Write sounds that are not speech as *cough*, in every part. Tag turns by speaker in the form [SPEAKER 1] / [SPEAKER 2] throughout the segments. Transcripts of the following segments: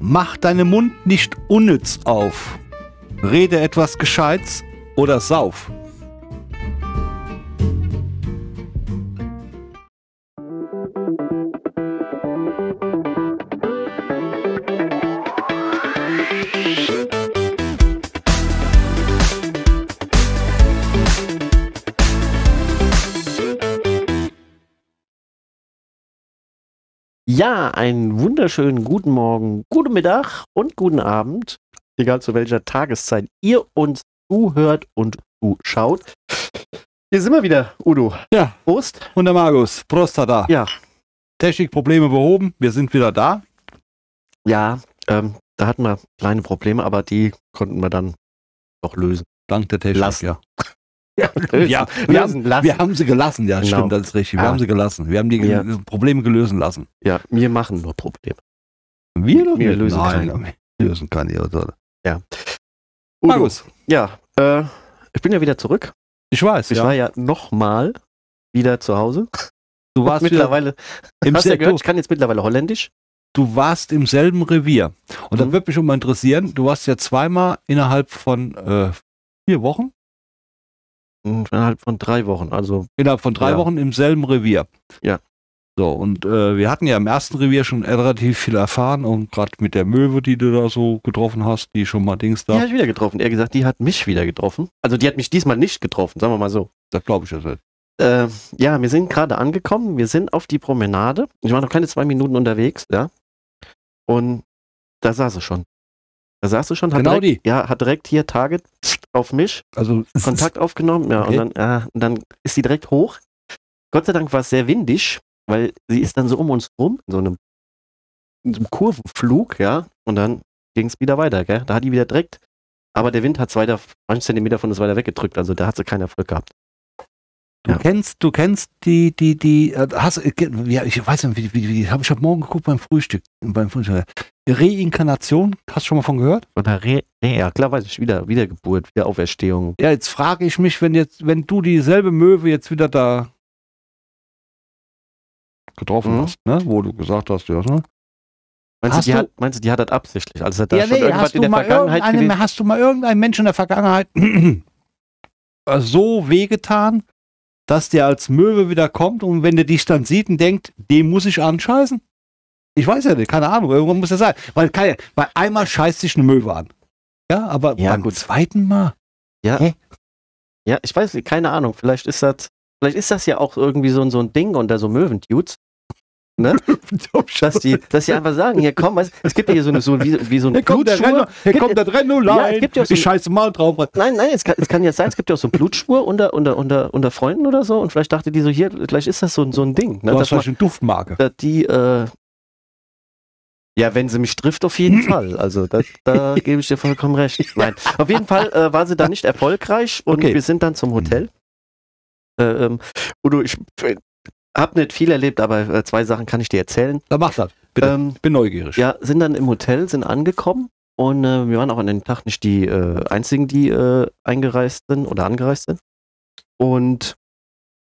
[SPEAKER 1] Mach deinen Mund nicht unnütz auf. Rede etwas Gescheites oder sauf.
[SPEAKER 2] Ja, einen wunderschönen guten Morgen, guten Mittag und guten Abend, egal zu welcher Tageszeit ihr uns zuhört und zuschaut. Hier sind wir wieder, Udo.
[SPEAKER 1] Ja.
[SPEAKER 2] Prost.
[SPEAKER 1] Und der Markus, Prostata.
[SPEAKER 2] Ja.
[SPEAKER 1] Technikprobleme behoben, wir sind wieder da.
[SPEAKER 2] Ja, ähm, da hatten wir kleine Probleme, aber die konnten wir dann
[SPEAKER 1] *laughs*
[SPEAKER 2] doch lösen.
[SPEAKER 1] Dank der Technik,
[SPEAKER 2] Lass-
[SPEAKER 1] ja.
[SPEAKER 2] Ja,
[SPEAKER 1] wir
[SPEAKER 2] lösen, lassen.
[SPEAKER 1] Wir haben sie gelassen, ja,
[SPEAKER 2] Genau.
[SPEAKER 1] stimmt, das ist richtig. Wir
[SPEAKER 2] Ah.
[SPEAKER 1] haben sie gelassen. Wir haben die Ge- Probleme gelösen lassen.
[SPEAKER 2] ja, wir machen nur Probleme.
[SPEAKER 1] Wir, doch
[SPEAKER 2] Wir
[SPEAKER 1] nicht.
[SPEAKER 2] lösen
[SPEAKER 1] Nein,
[SPEAKER 2] keine.
[SPEAKER 1] wir lösen keine. ja, so.
[SPEAKER 2] Udo,
[SPEAKER 1] Markus,
[SPEAKER 2] Ja, äh, ich bin ja wieder zurück.
[SPEAKER 1] ich weiß,
[SPEAKER 2] Ich
[SPEAKER 1] ja.
[SPEAKER 2] war ja nochmal wieder zu Hause.
[SPEAKER 1] du, warst wieder
[SPEAKER 2] mittlerweile,
[SPEAKER 1] im
[SPEAKER 2] hast du ja
[SPEAKER 1] Sel
[SPEAKER 2] gehört,
[SPEAKER 1] du,
[SPEAKER 2] ich kann jetzt mittlerweile Holländisch.
[SPEAKER 1] du warst im selben Revier. Und
[SPEAKER 2] Mhm.
[SPEAKER 1] dann würde mich schon mal interessieren, du warst ja zweimal innerhalb von äh, vier Wochen,
[SPEAKER 2] Innerhalb von drei Wochen. Also
[SPEAKER 1] innerhalb von drei
[SPEAKER 2] Ja.
[SPEAKER 1] Wochen im selben Revier.
[SPEAKER 2] Ja.
[SPEAKER 1] So, und äh, wir hatten ja im ersten Revier schon relativ viel erfahren und gerade mit der Möwe, die du da so getroffen hast, die schon mal Dings
[SPEAKER 2] Die
[SPEAKER 1] da,
[SPEAKER 2] habe ich wieder getroffen. Er gesagt, die hat mich wieder getroffen. Also die hat mich diesmal nicht getroffen, sagen wir mal so.
[SPEAKER 1] da glaube ich das nicht.
[SPEAKER 2] Äh, ja, wir sind gerade angekommen. Wir sind auf die Promenade. Ich war noch keine zwei Minuten unterwegs, ja. Und da saß sie schon. Da saß sie schon. Hat
[SPEAKER 1] Genau
[SPEAKER 2] direkt, Ja, hat direkt hier Target auf
[SPEAKER 1] *laughs*
[SPEAKER 2] mich,
[SPEAKER 1] Also,
[SPEAKER 2] Kontakt aufgenommen. Ja,
[SPEAKER 1] Okay.
[SPEAKER 2] und, dann, ja, und dann ist sie direkt hoch. Gott sei Dank war es sehr windig, weil sie ist dann so um uns rum, in so einem, in so einem Kurvenflug, ja. Und dann ging es wieder weiter, gell. Da hat die wieder direkt. Aber der Wind hat zwei, 20 Zentimeter von uns weiter weggedrückt, also da hat sie keinen Erfolg gehabt.
[SPEAKER 1] Du
[SPEAKER 2] Ja.
[SPEAKER 1] kennst, du kennst die, die, die, äh, hast, äh, ge- ja, ich weiß nicht, wie, wie, wie habe ich heute Morgen geguckt beim Frühstück, beim Frühstück. Reinkarnation, hast du schon mal von gehört?
[SPEAKER 2] Von der Re nee, ja, klar weiß ich, wieder, Wiedergeburt, Wiederauferstehung.
[SPEAKER 1] Ja, jetzt frage ich mich, wenn jetzt, wenn du dieselbe Möwe jetzt wieder da getroffen
[SPEAKER 2] Mhm.
[SPEAKER 1] hast, ne? wo du gesagt hast, ja, ne?
[SPEAKER 2] Meinst du,
[SPEAKER 1] Hast
[SPEAKER 2] die
[SPEAKER 1] du-
[SPEAKER 2] hat, meinst du, die hat das absichtlich? Also hat da
[SPEAKER 1] ja,
[SPEAKER 2] schon
[SPEAKER 1] nee,
[SPEAKER 2] irgendwas
[SPEAKER 1] hast
[SPEAKER 2] in
[SPEAKER 1] du,
[SPEAKER 2] der
[SPEAKER 1] mal
[SPEAKER 2] Vergangenheit
[SPEAKER 1] irgendeinem,
[SPEAKER 2] gewesen?
[SPEAKER 1] hast du mal irgendeinen Menschen in der Vergangenheit *clears throat* äh, so wehgetan, dass der als Möwe wieder kommt und wenn der dich dann sieht und denkt, dem muss ich anscheißen? Ich weiß ja nicht, keine Ahnung, irgendwann muss das sein. Weil, keine, weil einmal scheißt sich eine Möwe an. Ja, aber
[SPEAKER 2] Ja,
[SPEAKER 1] beim
[SPEAKER 2] gut.
[SPEAKER 1] zweiten
[SPEAKER 2] *laughs*
[SPEAKER 1] Mal.
[SPEAKER 2] Ja, ich weiß nicht, keine Ahnung. Vielleicht ist das, vielleicht ist das ja auch irgendwie so, ein- so ein Ding unter so Möwendudes, dass die, dass die einfach sagen, hier komm, weißt, du, es gibt ja hier so eine, so wie, wie so ein
[SPEAKER 1] Hier kommt der Renno, hier
[SPEAKER 2] Gibt-
[SPEAKER 1] kommt der Renno,
[SPEAKER 2] Ja, es
[SPEAKER 1] nein,
[SPEAKER 2] gibt ja auch so-
[SPEAKER 1] ich scheiße mal drauf.
[SPEAKER 2] Nein, nein, es kann, es kann ja sein, es gibt ja auch so einen Blutschwur unter, unter, unter, unter Freunden oder so und vielleicht dachte die so, hier, vielleicht ist das so, ein- so ein Ding.
[SPEAKER 1] Du
[SPEAKER 2] Ne?
[SPEAKER 1] hast
[SPEAKER 2] dass man-
[SPEAKER 1] vielleicht eine Duftmarke.
[SPEAKER 2] dass die, äh, ja, wenn sie mich trifft, auf *laughs* jeden Fall. Also da, da gebe ich dir vollkommen recht. Nein, auf jeden Fall äh, war sie dann nicht erfolgreich und
[SPEAKER 1] Okay.
[SPEAKER 2] wir sind dann zum Hotel. Äh, ähm, Udo, ich äh, hab nicht viel erlebt, aber äh, zwei Sachen kann ich dir erzählen.
[SPEAKER 1] Dann mach das, bitte.
[SPEAKER 2] Ähm,
[SPEAKER 1] Bin neugierig.
[SPEAKER 2] ja, sind dann im Hotel, sind angekommen und äh, wir waren auch an dem Tag nicht die äh, einzigen, die äh, eingereist sind oder angereist sind. Und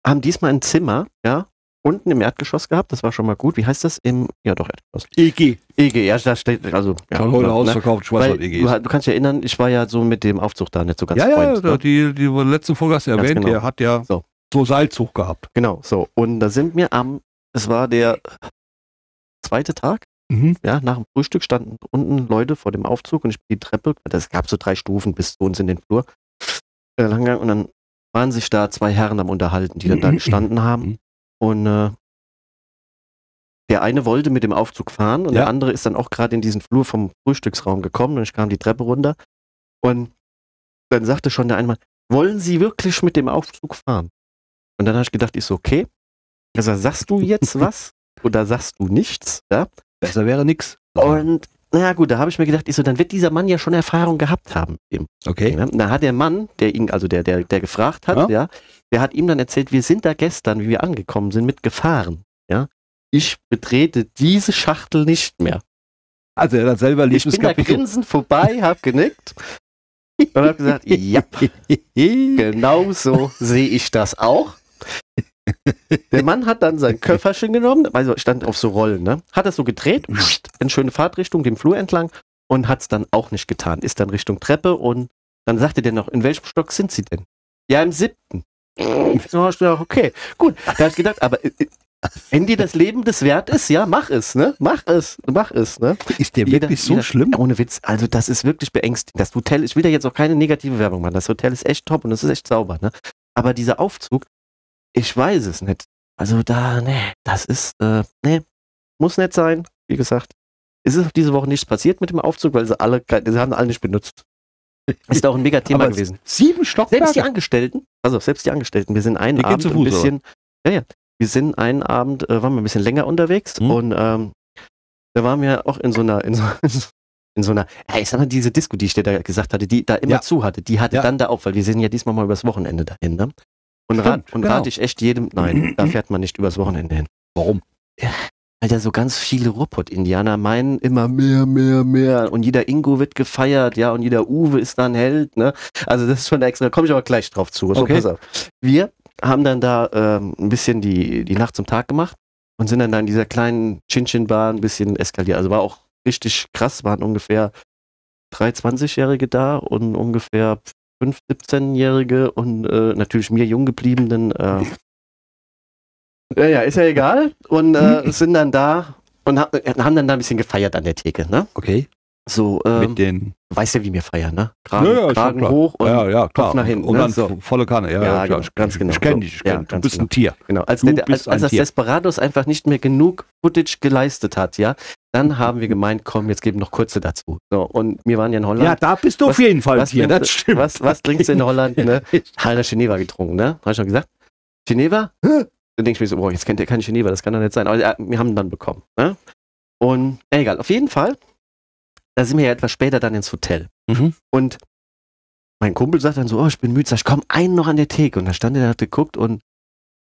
[SPEAKER 2] haben diesmal ein Zimmer, ja, unten im Erdgeschoss gehabt. Das war schon mal gut. Wie heißt das? Im, ja doch, Erdgeschoss.
[SPEAKER 1] EG.
[SPEAKER 2] EG, ja, da steht, also. Ja,
[SPEAKER 1] Schon heute
[SPEAKER 2] ne?
[SPEAKER 1] E ausverkauft, E ich weiß,
[SPEAKER 2] Weil,
[SPEAKER 1] was EG
[SPEAKER 2] du,
[SPEAKER 1] ist.
[SPEAKER 2] du kannst dich erinnern, ich war ja so mit dem Aufzug da nicht so ganz
[SPEAKER 1] ja, ja,
[SPEAKER 2] Freund,
[SPEAKER 1] da-
[SPEAKER 2] ne?
[SPEAKER 1] die, die letzte Folge hast du
[SPEAKER 2] Ganz
[SPEAKER 1] erwähnt,
[SPEAKER 2] genau.
[SPEAKER 1] der hat ja so.
[SPEAKER 2] So.
[SPEAKER 1] Seilzug gehabt.
[SPEAKER 2] Genau, so. Und da sind wir am, es war der zweite Tag, ja, nach dem Frühstück standen unten Leute vor dem Aufzug und ich bin die Treppe, das gab so drei Stufen bis zu uns in den Flur, äh, lang gegangen und dann waren sich da zwei Herren am Unterhalten, die dann da gestanden haben und äh, der eine wollte mit dem Aufzug fahren und
[SPEAKER 1] Ja.
[SPEAKER 2] der andere ist dann auch gerade in diesen Flur vom Frühstücksraum gekommen und ich kam die Treppe runter und dann sagte schon der eine Mann, wollen Sie wirklich mit dem Aufzug fahren? Und dann habe ich gedacht, ist okay. Also sagst du jetzt was oder sagst du nichts? Ja?
[SPEAKER 1] Besser wäre nix.
[SPEAKER 2] Und naja gut, da habe ich mir gedacht, ich so, dann wird dieser Mann ja schon Erfahrung gehabt haben. Eben,
[SPEAKER 1] Okay.
[SPEAKER 2] ne? Da hat der Mann, der ihn, also der, der, der gefragt hat,
[SPEAKER 1] Ja.
[SPEAKER 2] ja. der hat ihm dann erzählt, wir sind da gestern, wie wir angekommen sind, mit Gefahren. Ja? Ich betrete diese Schachtel nicht mehr.
[SPEAKER 1] Also er hat selber
[SPEAKER 2] Ich bin da
[SPEAKER 1] Liebeskapitel.
[SPEAKER 2] grinsend vorbei, hab genickt und hab gesagt, ja, genau so sehe ich das auch. Der Mann hat dann sein Köfferchen genommen, also stand auf so Rollen, ne? Hat das so gedreht, in schöne Fahrtrichtung, dem Flur entlang und hat es dann auch nicht getan. Ist dann Richtung Treppe und dann sagte der noch, in welchem Stock sind sie denn? Ja, im siebten. Ich so, hab ich gedacht, okay, gut. Da habe ich gedacht, aber äh, äh, wenn dir das Leben das wert ist, ja, mach es, ne? Mach es, mach es, ne?
[SPEAKER 1] Ist der
[SPEAKER 2] Jeder-
[SPEAKER 1] wirklich so
[SPEAKER 2] jeder-
[SPEAKER 1] schlimm?
[SPEAKER 2] Ohne Witz, also das ist wirklich beängstigend. Das Hotel, ich will da jetzt auch keine negative Werbung machen. Das Hotel ist echt top und es ist echt sauber, ne? Aber dieser Aufzug, ich weiß es nicht. Also da, ne, das ist, äh, ne, muss nicht sein. Wie gesagt, es ist diese Woche nichts passiert mit dem Aufzug, weil sie alle, ke- sie haben alle nicht benutzt. Ist auch ein mega Thema
[SPEAKER 1] Aber
[SPEAKER 2] gewesen.
[SPEAKER 1] Sieben
[SPEAKER 2] Selbst die
[SPEAKER 1] Stockwerke.
[SPEAKER 2] Angestellten, also selbst die Angestellten, wir sind einen
[SPEAKER 1] Die gehen
[SPEAKER 2] Abend
[SPEAKER 1] zu
[SPEAKER 2] ein
[SPEAKER 1] Fuß,
[SPEAKER 2] bisschen, ja, ja, wir sind einen Abend, äh, waren wir ein bisschen länger unterwegs
[SPEAKER 1] Hm.
[SPEAKER 2] und ähm, da waren wir auch in so einer, in so, in so einer, ja, ich sag mal, diese Disco, die ich dir da gesagt hatte, die da immer
[SPEAKER 1] Ja.
[SPEAKER 2] zu hatte, die hatte
[SPEAKER 1] Ja.
[SPEAKER 2] dann da auf, weil wir sind ja diesmal mal übers Wochenende dahin, ne? Und,
[SPEAKER 1] Stimmt,
[SPEAKER 2] rat, und
[SPEAKER 1] genau.
[SPEAKER 2] rate ich echt jedem, nein,
[SPEAKER 1] *clears throat*
[SPEAKER 2] da fährt man nicht übers Wochenende hin.
[SPEAKER 1] Warum?
[SPEAKER 2] Weil da so ganz viele Ruhrpott-Indianer meinen immer mehr, mehr, mehr. Und jeder Ingo wird gefeiert, ja, und jeder Uwe ist dann Held, ne? Also das ist schon extra, da komme ich aber gleich drauf zu. So,
[SPEAKER 1] Okay.
[SPEAKER 2] pass auf. Wir haben dann da ähm, ein bisschen die, die Nacht zum Tag gemacht und sind dann da in dieser kleinen Chin-Chin-Bar ein bisschen eskaliert. Also war auch richtig krass, waren ungefähr drei 20-Jährige da und ungefähr fünf 17-Jährige und äh, natürlich mir jung gebliebenen. Äh, ja, ja, ist ja egal. Und
[SPEAKER 1] Mhm.
[SPEAKER 2] äh, sind dann da und ha äh, haben dann da ein bisschen gefeiert an der Theke, ne?
[SPEAKER 1] Okay.
[SPEAKER 2] So, ähm,
[SPEAKER 1] Mit den.
[SPEAKER 2] du weißt ja, wie wir feiern, ne? Kragen,
[SPEAKER 1] Ja, ja, ist
[SPEAKER 2] Kragen
[SPEAKER 1] schon klar.
[SPEAKER 2] hoch und
[SPEAKER 1] Ja, ja, klar.
[SPEAKER 2] Kopf nach hinten,
[SPEAKER 1] Und
[SPEAKER 2] ne?
[SPEAKER 1] dann
[SPEAKER 2] So.
[SPEAKER 1] volle Kanne. Ja,
[SPEAKER 2] Ja,
[SPEAKER 1] ja, klar.
[SPEAKER 2] genau, ganz genau.
[SPEAKER 1] Ich kenne
[SPEAKER 2] So.
[SPEAKER 1] dich. Ich
[SPEAKER 2] Ja,
[SPEAKER 1] kenn, dich. du
[SPEAKER 2] ganz
[SPEAKER 1] bist ein Tier.
[SPEAKER 2] Genau, als,
[SPEAKER 1] Du
[SPEAKER 2] der, als,
[SPEAKER 1] bist ein
[SPEAKER 2] als das
[SPEAKER 1] Tier.
[SPEAKER 2] Desperados einfach nicht mehr genug Footage geleistet hat, ja, dann haben wir gemeint, komm, jetzt geben noch kurze dazu. So, und wir waren ja in Holland.
[SPEAKER 1] Ja, da bist du
[SPEAKER 2] Was-
[SPEAKER 1] auf jeden Fall ein
[SPEAKER 2] was,
[SPEAKER 1] Tier.
[SPEAKER 2] trinkst-
[SPEAKER 1] Das stimmt.
[SPEAKER 2] Was, was trinkst du in Holland? Ne? Halter Geneva getrunken, ne? Hab ich schon gesagt? Geneva? Hä? Dann denke ich mir so, boah, jetzt kennt ihr keinen Geneva, das kann doch nicht sein. Aber ja, wir haben dann bekommen. Ne? Und na, egal, auf jeden Fall, da sind wir ja etwas später dann ins Hotel.
[SPEAKER 1] Mhm.
[SPEAKER 2] Und mein Kumpel sagt dann so, oh, ich bin müde, sag ich, komm, einen noch an der Theke. Und da stand er, der hat geguckt und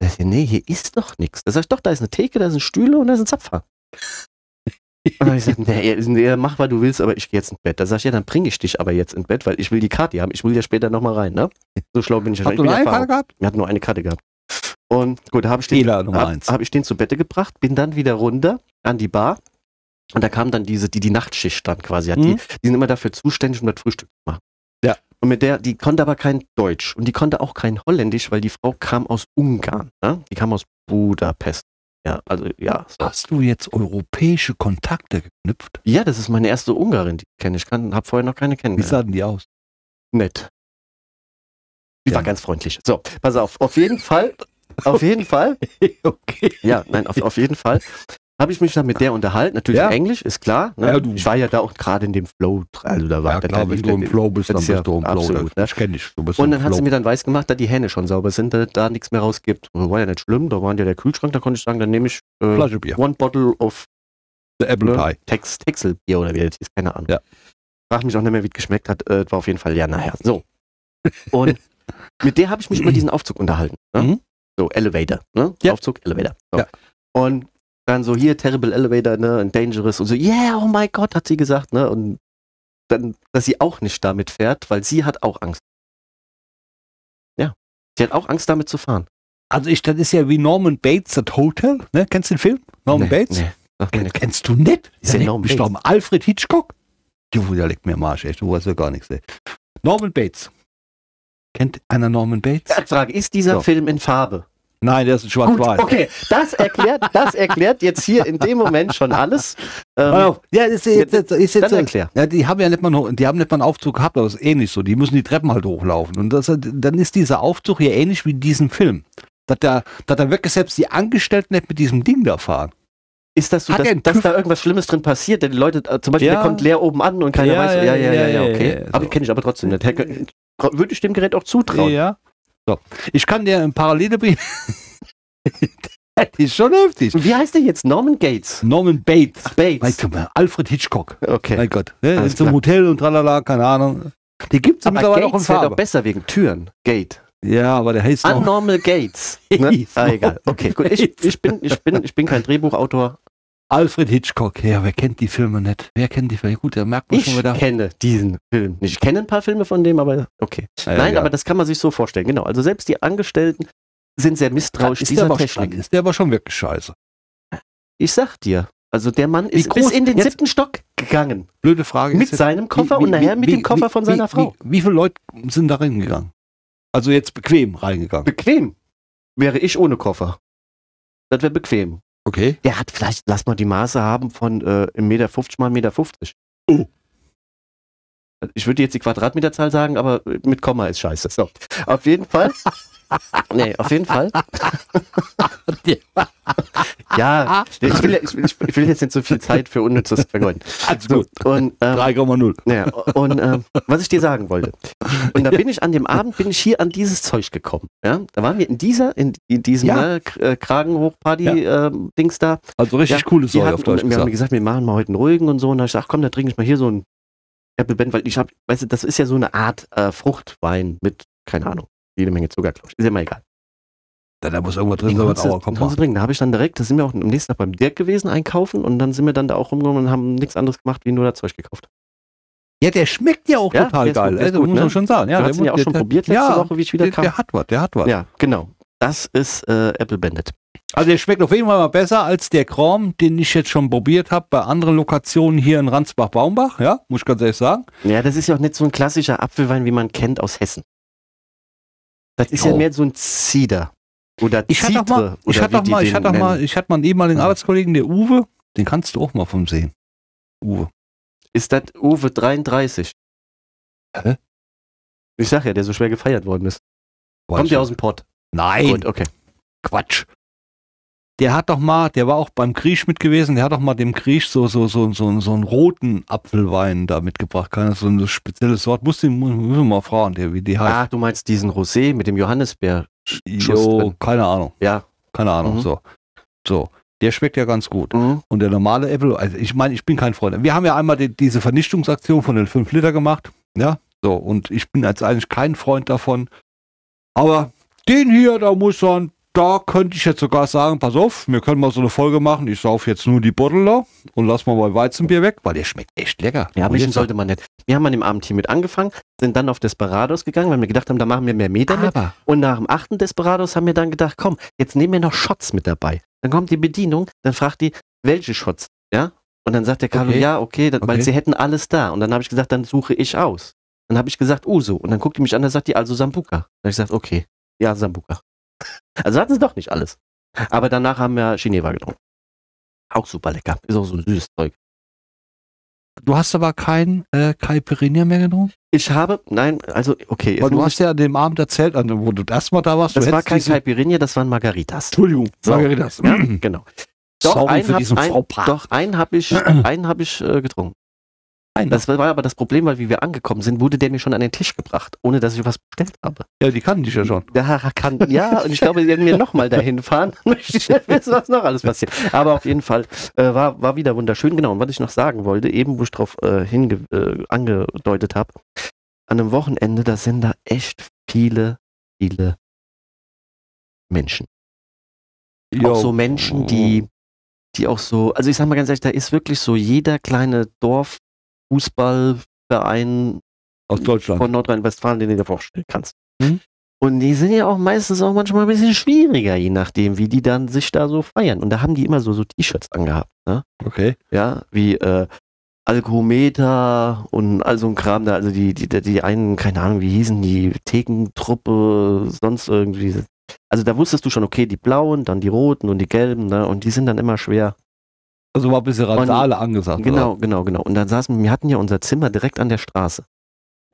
[SPEAKER 2] da sagt, er, nee, hier ist doch nichts. Da sag ich, doch, da ist eine Theke, da sind Stühle und da sind Zapfhahn. Und dann hab ich gesagt, nee, nee, mach, was du willst, aber ich gehe jetzt ins Bett. Da sag ich, ja, dann bringe ich dich aber jetzt ins Bett, weil ich will die Karte haben. Ich will ja später nochmal rein, ne? So schlau bin ich ja schon.
[SPEAKER 1] Habt ihr
[SPEAKER 2] Ich bin
[SPEAKER 1] noch einen
[SPEAKER 2] erfahren.
[SPEAKER 1] Fall gehabt?
[SPEAKER 2] Wir hatten nur eine Karte gehabt. Und gut, da habe ich, den-
[SPEAKER 1] Fehler Nummer
[SPEAKER 2] hab,
[SPEAKER 1] eins.
[SPEAKER 2] hab ich den zu Bette gebracht, bin dann wieder runter an die Bar. Und da kam dann diese, die die Nachtschicht dann quasi hat.
[SPEAKER 1] Mhm.
[SPEAKER 2] Die, die sind immer dafür zuständig, um das Frühstück zu machen.
[SPEAKER 1] Ja.
[SPEAKER 2] Und mit der, die konnte aber kein Deutsch und die konnte auch kein Holländisch, weil die Frau kam aus Ungarn. Ne? Die kam aus Budapest. Ja, also ja. So.
[SPEAKER 1] Hast du jetzt europäische Kontakte geknüpft?
[SPEAKER 2] Ja, das ist meine erste Ungarin, die ich kenne. Ich kann, habe vorher noch keine
[SPEAKER 1] Wie
[SPEAKER 2] kennengelernt.
[SPEAKER 1] sahen die aus? *laughs*
[SPEAKER 2] nett. Die
[SPEAKER 1] Ja.
[SPEAKER 2] war ganz freundlich. So, pass auf. Auf
[SPEAKER 1] *laughs*
[SPEAKER 2] jeden Fall, auf jeden Fall
[SPEAKER 1] okay.
[SPEAKER 2] Ja, nein, auf, auf jeden Fall. Habe ich mich dann mit der unterhalten. Natürlich
[SPEAKER 1] Ja.
[SPEAKER 2] in Englisch, ist klar. Ne?
[SPEAKER 1] Ja, du-
[SPEAKER 2] Ich war ja da auch gerade in dem Flow. dr- Also da war
[SPEAKER 1] Ja,
[SPEAKER 2] der-
[SPEAKER 1] klar,
[SPEAKER 2] der-
[SPEAKER 1] wenn du im
[SPEAKER 2] der-
[SPEAKER 1] Flow bist, dann
[SPEAKER 2] das
[SPEAKER 1] bist
[SPEAKER 2] ist ja
[SPEAKER 1] du im Flow.
[SPEAKER 2] absolut, ne?
[SPEAKER 1] das kenn ich. Du bist
[SPEAKER 2] Und
[SPEAKER 1] im
[SPEAKER 2] dann hat sie
[SPEAKER 1] Flow.
[SPEAKER 2] mir dann weiß gemacht, dass die Hähne schon sauber sind, dass da nichts mehr rausgibt. War ja nicht schlimm, da war ja der Kühlschrank, da konnte ich sagen, dann nehme ich äh,
[SPEAKER 1] Flasche Bier.
[SPEAKER 2] One Bottle of
[SPEAKER 1] The Apple
[SPEAKER 2] ne?
[SPEAKER 1] Pie.
[SPEAKER 2] Tex, Texelbier oder wie das ist, keine Ahnung.
[SPEAKER 1] Ja.
[SPEAKER 2] Frag mich auch nicht mehr, wie es geschmeckt hat. Äh, war auf jeden Fall ja nachher. So. Und mit der habe ich mich über diesen Aufzug unterhalten. Ne?
[SPEAKER 1] Mhm.
[SPEAKER 2] So, Elevator. Ne?
[SPEAKER 1] Ja.
[SPEAKER 2] Aufzug, Elevator. So.
[SPEAKER 1] Ja.
[SPEAKER 2] Und dann so, hier, Terrible Elevator, ne, und Dangerous und so, yeah, oh mein Gott, hat sie gesagt, ne? Und dann, dass sie auch nicht damit fährt, weil sie hat auch Angst. Ja. Sie hat auch Angst, damit zu fahren.
[SPEAKER 1] Also ich, das ist ja wie Norman Bates, das Hotel. Ne? Kennst du den Film? Norman Bates?
[SPEAKER 2] Nee. Ach,
[SPEAKER 1] Ken-
[SPEAKER 2] keine-
[SPEAKER 1] *laughs* Kennst du nicht? ne?
[SPEAKER 2] Ist ja Norman Bates.
[SPEAKER 1] Bates. Alfred Hitchcock? Du, der legt mir am Arsch, echt. Du weißt ja gar nichts, ey. Norman Bates. Kennt einer Norman Bates?
[SPEAKER 2] Frage, ist dieser
[SPEAKER 1] So.
[SPEAKER 2] Film in Farbe?
[SPEAKER 1] Nein, der ist ein
[SPEAKER 2] Gut,
[SPEAKER 1] Schwarz-Weiß.
[SPEAKER 2] okay, das erklärt, das erklärt jetzt hier in dem Moment schon alles. Ähm,
[SPEAKER 1] Pass auf. Ja, ist jetzt, ist jetzt, ist jetzt
[SPEAKER 2] dann
[SPEAKER 1] so.
[SPEAKER 2] erklär.
[SPEAKER 1] Ja, die haben ja nicht mal, noch, die haben nicht mal einen Aufzug gehabt, aber es ist ähnlich so. Die müssen die Treppen halt hochlaufen. Und das, dann ist dieser Aufzug hier ähnlich wie in diesem Film. Dass da, dass da wirklich selbst die Angestellten nicht mit diesem Ding da fahren.
[SPEAKER 2] Ist das so,
[SPEAKER 1] Hat
[SPEAKER 2] dass,
[SPEAKER 1] er einen
[SPEAKER 2] dass
[SPEAKER 1] TÜV?
[SPEAKER 2] da irgendwas Schlimmes drin passiert? Denn die Leute, äh, zum Beispiel,
[SPEAKER 1] Ja.
[SPEAKER 2] der kommt leer oben an und keiner
[SPEAKER 1] Ja,
[SPEAKER 2] weiß,
[SPEAKER 1] ja,
[SPEAKER 2] ja, ja, ja, ja,
[SPEAKER 1] ja,
[SPEAKER 2] okay.
[SPEAKER 1] ja, ja,
[SPEAKER 2] Aber
[SPEAKER 1] so.
[SPEAKER 2] kenne ich aber trotzdem nicht. Hätte- Würde ich dem Gerät auch zutrauen.
[SPEAKER 1] Ja. So. Ich kann dir ein Parallele bieten. *laughs* das ist schon heftig.
[SPEAKER 2] Wie heißt der jetzt? Norman Gates?
[SPEAKER 1] Norman Bates.
[SPEAKER 2] Ach, Bates.
[SPEAKER 1] Weißt du mal, Alfred Hitchcock.
[SPEAKER 2] okay.
[SPEAKER 1] Mein Gott. Ne?
[SPEAKER 2] Alles
[SPEAKER 1] Ist im
[SPEAKER 2] klar.
[SPEAKER 1] Hotel und tralala, keine Ahnung. Die gibt es
[SPEAKER 2] Aber
[SPEAKER 1] mittlerweile auch in
[SPEAKER 2] Gates wäre doch
[SPEAKER 1] Farbe.
[SPEAKER 2] besser wegen Türen. Gate.
[SPEAKER 1] Ja, aber der heißt noch.
[SPEAKER 2] Unnormal
[SPEAKER 1] *laughs*
[SPEAKER 2] Gates. Ne?
[SPEAKER 1] Ist
[SPEAKER 2] Ah,
[SPEAKER 1] noch-
[SPEAKER 2] egal. Okay, gut. Ich, ich, bin, ich, bin, ich bin kein Drehbuchautor.
[SPEAKER 1] Alfred Hitchcock. Ja, wer kennt die Filme nicht? Wer kennt die Filme? Gut, da merkt man
[SPEAKER 2] Ich
[SPEAKER 1] schon wieder.
[SPEAKER 2] kenne diesen Film. nicht. Ich kenne ein paar Filme von dem, aber okay.
[SPEAKER 1] Ja,
[SPEAKER 2] Nein,
[SPEAKER 1] Ah, ja.
[SPEAKER 2] aber das kann man sich so vorstellen, genau. Also selbst die Angestellten, sind sehr misstrauisch
[SPEAKER 1] ist, der
[SPEAKER 2] dieser
[SPEAKER 1] aber,
[SPEAKER 2] Technik.
[SPEAKER 1] ist der aber schon wirklich scheiße.
[SPEAKER 2] Ich sag dir, also der Mann
[SPEAKER 1] Wie
[SPEAKER 2] ist
[SPEAKER 1] groß-
[SPEAKER 2] bis in den
[SPEAKER 1] jetzt-
[SPEAKER 2] siebten Stock gegangen.
[SPEAKER 1] Blöde Frage.
[SPEAKER 2] Mit
[SPEAKER 1] jetzt-
[SPEAKER 2] seinem Koffer
[SPEAKER 1] wie-
[SPEAKER 2] und
[SPEAKER 1] wie-
[SPEAKER 2] nachher mit
[SPEAKER 1] wie-
[SPEAKER 2] dem Koffer von
[SPEAKER 1] wie-
[SPEAKER 2] seiner
[SPEAKER 1] wie,
[SPEAKER 2] Frau.
[SPEAKER 1] Wie, wie viele Leute sind da reingegangen? Also jetzt bequem reingegangen.
[SPEAKER 2] Bequem wäre ich ohne Koffer. Das wäre bequem.
[SPEAKER 1] Okay.
[SPEAKER 2] Der hat vielleicht, lass mal die Maße haben von äh, 1,50 Meter mal 1,50 Meter. Also
[SPEAKER 1] Oh.
[SPEAKER 2] Ich würde jetzt die Quadratmeterzahl sagen, aber mit Komma ist scheiße. So. Auf jeden
[SPEAKER 1] *laughs*
[SPEAKER 2] Fall. nee, auf jeden Fall. Ja, ich will, ich, will, ich will jetzt nicht so viel Zeit für unnützes vergeuden.
[SPEAKER 1] Also
[SPEAKER 2] So,
[SPEAKER 1] gut.
[SPEAKER 2] und ähm,
[SPEAKER 1] 3,0.
[SPEAKER 2] Ja, und ähm, was ich dir sagen wollte. Und da bin ich an dem Abend, bin ich hier an dieses Zeug gekommen. Ja? Da waren wir in dieser, in, in diesem
[SPEAKER 1] Ja.
[SPEAKER 2] ne, K- äh, Kragenhochparty-Dings da.
[SPEAKER 1] Also richtig
[SPEAKER 2] Ja,
[SPEAKER 1] coole
[SPEAKER 2] Die
[SPEAKER 1] Säure
[SPEAKER 2] hatten,
[SPEAKER 1] auf Deutsch
[SPEAKER 2] wir haben
[SPEAKER 1] gesagt.
[SPEAKER 2] gesagt, wir machen mal heute einen ruhigen und so. Und da hab ich gesagt, ach komm, da trinke ich mal hier so ein Apple Bend, weil ich habe, weißt du, das ist ja so eine Art äh, Fruchtwein mit, keine Ahnung, jede Menge Zucker, glaub ich. Ist ja mal egal.
[SPEAKER 1] Da, da muss irgendwas drin sein,
[SPEAKER 2] Konntest
[SPEAKER 1] was
[SPEAKER 2] du-
[SPEAKER 1] Auer kommt.
[SPEAKER 2] konntest du
[SPEAKER 1] mal.
[SPEAKER 2] trinken. Da habe ich dann direkt, da sind wir auch am nächsten Tag beim Dirk gewesen, einkaufen und dann sind wir dann da auch rumgegangen und haben nichts anderes gemacht, wie nur das Zeug gekauft.
[SPEAKER 1] Ja, der schmeckt ja auch
[SPEAKER 2] Ja,
[SPEAKER 1] total
[SPEAKER 2] der ist
[SPEAKER 1] geil.
[SPEAKER 2] gut, der ist
[SPEAKER 1] also
[SPEAKER 2] gut,
[SPEAKER 1] muss
[SPEAKER 2] ne?
[SPEAKER 1] man schon sagen. Ja,
[SPEAKER 2] Ja, du hast ihn ja auch
[SPEAKER 1] der-
[SPEAKER 2] schon
[SPEAKER 1] der-
[SPEAKER 2] probiert letzte
[SPEAKER 1] ja,
[SPEAKER 2] Woche, wie ich wieder
[SPEAKER 1] der,
[SPEAKER 2] kam.
[SPEAKER 1] der hat was, der hat was.
[SPEAKER 2] Ja, genau. Das ist äh, Apple Bandit.
[SPEAKER 1] Also der schmeckt auf jeden Fall mal besser als der Krom, den ich jetzt schon probiert habe bei anderen Lokationen hier in Ransbach-Baumbach. Ja, muss ich ganz ehrlich sagen.
[SPEAKER 2] Ja, das ist ja auch nicht so ein klassischer Apfelwein, wie man kennt aus Hessen. Das ist ja,
[SPEAKER 1] Ja.
[SPEAKER 2] mehr so ein Cider. Oder
[SPEAKER 1] Ich hatte doch mal,
[SPEAKER 2] Zitre,
[SPEAKER 1] ich
[SPEAKER 2] oder
[SPEAKER 1] hatte
[SPEAKER 2] wie
[SPEAKER 1] doch
[SPEAKER 2] die
[SPEAKER 1] mal,
[SPEAKER 2] den
[SPEAKER 1] ich hatte doch mal,
[SPEAKER 2] nennen.
[SPEAKER 1] ich hatte mal einen ehemaligen
[SPEAKER 2] Ja.
[SPEAKER 1] Arbeitskollegen, der Uwe, den kannst du auch mal vom sehen. Uwe.
[SPEAKER 2] Ist das Uwe 33?
[SPEAKER 1] Hä?
[SPEAKER 2] Ich sag ja, der so schwer gefeiert worden ist. Kommt ja aus dem Pott.
[SPEAKER 1] Nein,
[SPEAKER 2] Gut, okay.
[SPEAKER 1] Quatsch. Der hat doch mal, der war auch beim Griech mit gewesen, der hat doch mal dem Griech so, so, so, so, so einen roten Apfelwein da mitgebracht. Keine, so ein spezielles Sort. Muss den, müssen wir mal fragen, der, wie die heißt.
[SPEAKER 2] Ah, du meinst diesen Rosé mit dem Johannisbeer. Schuss
[SPEAKER 1] jo,
[SPEAKER 2] drin.
[SPEAKER 1] keine Ahnung.
[SPEAKER 2] Ja.
[SPEAKER 1] Keine Ahnung.
[SPEAKER 2] Mhm.
[SPEAKER 1] So. So. Der schmeckt ja ganz gut.
[SPEAKER 2] Mhm.
[SPEAKER 1] Und der normale Apple, also ich meine, ich bin kein Freund. Wir haben ja einmal die, diese Vernichtungsaktion von den 5 Liter gemacht. Ja, so. Und ich bin als eigentlich kein Freund davon. Aber den hier, da muss man, da könnte ich jetzt sogar sagen, pass auf, wir können mal so eine Folge machen. Ich sauf jetzt nur die Bottle da und lass mal mein Weizenbier weg, weil der schmeckt echt lecker.
[SPEAKER 2] Ja,
[SPEAKER 1] Und
[SPEAKER 2] mischen
[SPEAKER 1] jetzt-
[SPEAKER 2] sollte man nicht. Wir haben an dem Abend hier mit angefangen, sind dann auf Desperados gegangen, weil wir gedacht haben, da machen wir mehr Meter mit.
[SPEAKER 1] aber
[SPEAKER 2] Und nach dem achten Desperados haben wir dann gedacht, komm, jetzt nehmen wir noch Shots mit dabei. Dann kommt die Bedienung, dann fragt die, welche Shots, ja? Und dann sagt der Carlo,
[SPEAKER 1] Okay.
[SPEAKER 2] ja, okay, dann, weil
[SPEAKER 1] Okay.
[SPEAKER 2] sie hätten alles da. Und dann habe ich gesagt, dann suche ich aus. Dann habe ich gesagt, Uso. Und dann guckt die mich an, dann sagt die, also Sambuca. Dann habe ich gesagt, okay, ja, Sambuca. *laughs* Also hatten sie doch nicht alles. Aber danach haben wir Geneva getrunken. Auch super lecker. Ist auch so ein süßes Zeug.
[SPEAKER 1] du hast aber kein äh, Caipirinha mehr genommen?
[SPEAKER 2] Ich habe, nein, also, okay. jetzt
[SPEAKER 1] Weil du
[SPEAKER 2] muss
[SPEAKER 1] hast ja an dem Abend erzählt, an dem- wo du das mal da warst.
[SPEAKER 2] ich, das
[SPEAKER 1] du
[SPEAKER 2] war
[SPEAKER 1] hättest
[SPEAKER 2] kein
[SPEAKER 1] diese-
[SPEAKER 2] Caipirinha, das waren Margaritas.
[SPEAKER 1] Entschuldigung,
[SPEAKER 2] So.
[SPEAKER 1] Margaritas.
[SPEAKER 2] Ja, genau. Doch,
[SPEAKER 1] Sorry
[SPEAKER 2] einen
[SPEAKER 1] für
[SPEAKER 2] hab-
[SPEAKER 1] diesen
[SPEAKER 2] einen-
[SPEAKER 1] Frau Paar.
[SPEAKER 2] Doch, einen habe
[SPEAKER 1] *clears throat*
[SPEAKER 2] ich, einen hab ich äh, getrunken.
[SPEAKER 1] Einen?
[SPEAKER 2] Das war aber das Problem, weil wie wir angekommen sind, wurde der mir schon an den Tisch gebracht, ohne dass ich was bestellt habe.
[SPEAKER 1] Ja, die kannten dich ja schon.
[SPEAKER 2] Da kann, ja, und ich glaube, wenn wir nochmal
[SPEAKER 1] *laughs*
[SPEAKER 2] dahin fahren, *laughs* möchte ich nicht wissen, was noch alles passiert. Aber auf jeden Fall äh, war, war wieder wunderschön. Genau, und was ich noch sagen wollte, eben wo ich drauf äh, hinge, äh, angedeutet habe, an einem Wochenende, da sind da echt viele, viele Menschen
[SPEAKER 1] Jo.
[SPEAKER 2] auch so Menschen, die, die auch so, also ich sag mal ganz ehrlich, da ist wirklich so jeder kleine Dorffußballverein
[SPEAKER 1] Oh, aus Deutschland.
[SPEAKER 2] von Nordrhein-Westfalen, den du dir vorstellen kannst.
[SPEAKER 1] Mhm.
[SPEAKER 2] Und die sind ja auch meistens auch manchmal ein bisschen schwieriger, je nachdem, wie die dann sich da so feiern. Und da haben die immer so, so T-Shirts angehabt, ne?
[SPEAKER 1] okay.
[SPEAKER 2] Ja, wie äh, Alkometer und all so ein Kram da, also die, die, die einen, keine Ahnung, wie hießen die, Thekentruppe, sonst irgendwie. Also da wusstest du schon, okay, die blauen, dann die roten und die gelben, ne? Und die sind dann immer schwer.
[SPEAKER 1] Also war ein bisschen Randale angesagt.
[SPEAKER 2] genau, genau, genau. Und dann saßen wir, wir hatten ja unser Zimmer direkt an der Straße.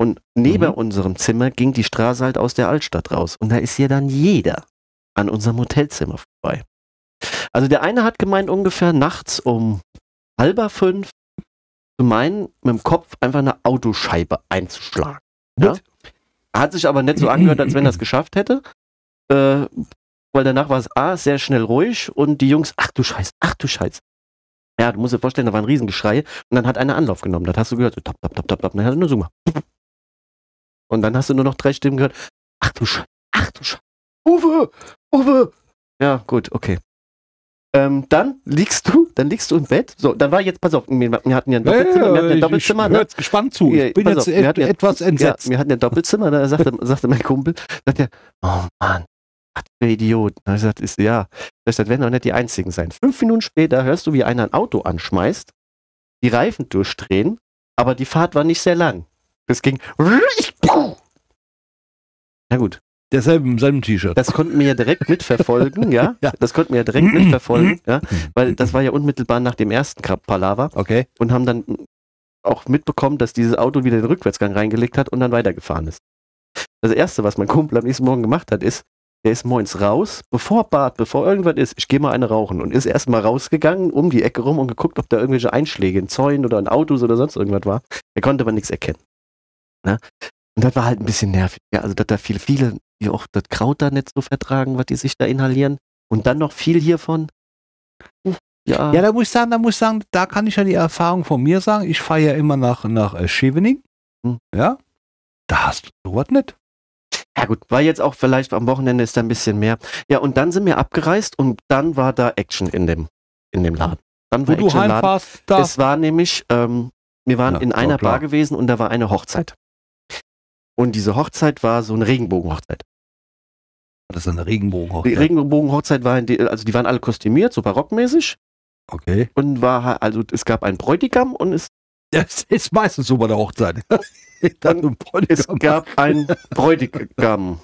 [SPEAKER 2] Und neben
[SPEAKER 1] Mhm.
[SPEAKER 2] unserem Zimmer ging die Straße halt aus der Altstadt raus. Und da ist ja dann jeder an unserem Hotelzimmer vorbei. Also der eine hat gemeint, ungefähr nachts um halber fünf zu meinen, mit dem Kopf einfach eine Autoscheibe einzuschlagen. Ja?
[SPEAKER 1] What?
[SPEAKER 2] Hat sich aber nicht so angehört, als wenn er es geschafft hätte. Äh, weil danach war es A, sehr schnell ruhig und die Jungs, ach du Scheiß, ach du Scheiß. Ja, du musst dir vorstellen, da war ein Riesengeschrei und dann hat einer Anlauf genommen. Das hast du gehört, so tap, tap, tap, tap, tap. Und Dann hat er nur so gemacht. Und dann hast du nur noch drei Stimmen gehört. Ach du Scheiß, ach du Scheiß. Uwe, Uwe. Ja, gut, okay. Ähm, dann liegst du, dann liegst du im Bett. So, dann war jetzt, pass auf, wir, wir hatten ja ein
[SPEAKER 1] Ja, ja,
[SPEAKER 2] Doppelzimmer,
[SPEAKER 1] ja,
[SPEAKER 2] wir hatten ein
[SPEAKER 1] ich, ich
[SPEAKER 2] Doppelzimmer,
[SPEAKER 1] höre
[SPEAKER 2] ne?
[SPEAKER 1] jetzt gespannt zu.
[SPEAKER 2] Ja,
[SPEAKER 1] Ich bin
[SPEAKER 2] pass
[SPEAKER 1] jetzt
[SPEAKER 2] auf, wir
[SPEAKER 1] et,
[SPEAKER 2] hatten ja-
[SPEAKER 1] etwas
[SPEAKER 2] Ja, ne?
[SPEAKER 1] entsetzt.
[SPEAKER 2] wir hatten ja ein Doppelzimmer, da sagte, sagte mein Kumpel, sagt er, oh Mann, Was für Idioten. Da hab ich gesagt, ist, ja, das werden doch nicht die einzigen sein. Fünf Minuten später hörst du, wie einer ein Auto anschmeißt, die Reifen durchdrehen, aber die Fahrt war nicht sehr lang. Es ging. Na gut,
[SPEAKER 1] Derselbe im selben T-Shirt.
[SPEAKER 2] *laughs* das konnten wir ja direkt mitverfolgen, ja?
[SPEAKER 1] Ja.
[SPEAKER 2] Das konnten wir ja direkt mitverfolgen, ja? Weil das war ja unmittelbar nach dem ersten Kra- Palaver
[SPEAKER 1] Okay.
[SPEAKER 2] und haben dann auch mitbekommen, dass dieses Auto wieder den Rückwärtsgang reingelegt hat und dann weitergefahren ist. Das erste, was mein Kumpel am nächsten Morgen gemacht hat, ist, der ist moins raus, bevor Bart, bevor irgendwas ist, ich gehe mal eine rauchen und ist erstmal rausgegangen, um die Ecke rum und geguckt, ob da irgendwelche Einschläge in Zäunen oder in Autos oder sonst irgendwas war. Er konnte aber nichts erkennen. Ne? Und das war halt ein bisschen nervig. Ja, also, dass da viele, viele, die auch das Kraut da nicht so vertragen, was die sich da inhalieren. Und dann noch viel hiervon.
[SPEAKER 1] Ja, da muss ich sagen, da muss ich sagen, da kann ich ja die Erfahrung von mir sagen. Ich fahre ja immer nach, nach äh, Schevening.
[SPEAKER 2] Hm.
[SPEAKER 1] Ja. Da hast du sowas nicht.
[SPEAKER 2] Ja gut, war jetzt auch vielleicht am Wochenende ist da ein bisschen mehr. Ja, und dann sind wir abgereist und dann war da Action in dem, in dem Laden. Dann
[SPEAKER 1] Wo
[SPEAKER 2] war
[SPEAKER 1] du
[SPEAKER 2] Action im Laden.
[SPEAKER 1] heimfährst, da.
[SPEAKER 2] Es war nämlich, ähm, wir waren
[SPEAKER 1] Ja,
[SPEAKER 2] in
[SPEAKER 1] war
[SPEAKER 2] einer
[SPEAKER 1] klar.
[SPEAKER 2] Bar gewesen und da war eine Hochzeit. Und diese Hochzeit war so eine Regenbogenhochzeit.
[SPEAKER 1] Ah, das ist eine Regenbogenhochzeit.
[SPEAKER 2] Die Regenbogenhochzeit war, in die, also die waren alle kostümiert, super rockmäßig.
[SPEAKER 1] okay.
[SPEAKER 2] Und war, ha- also es gab einen Bräutigam und es,
[SPEAKER 1] Das ist meistens so bei der Hochzeit. *laughs*
[SPEAKER 2] Dann
[SPEAKER 1] ein Bräutigam *laughs*
[SPEAKER 2] es gab einen Bräutigam.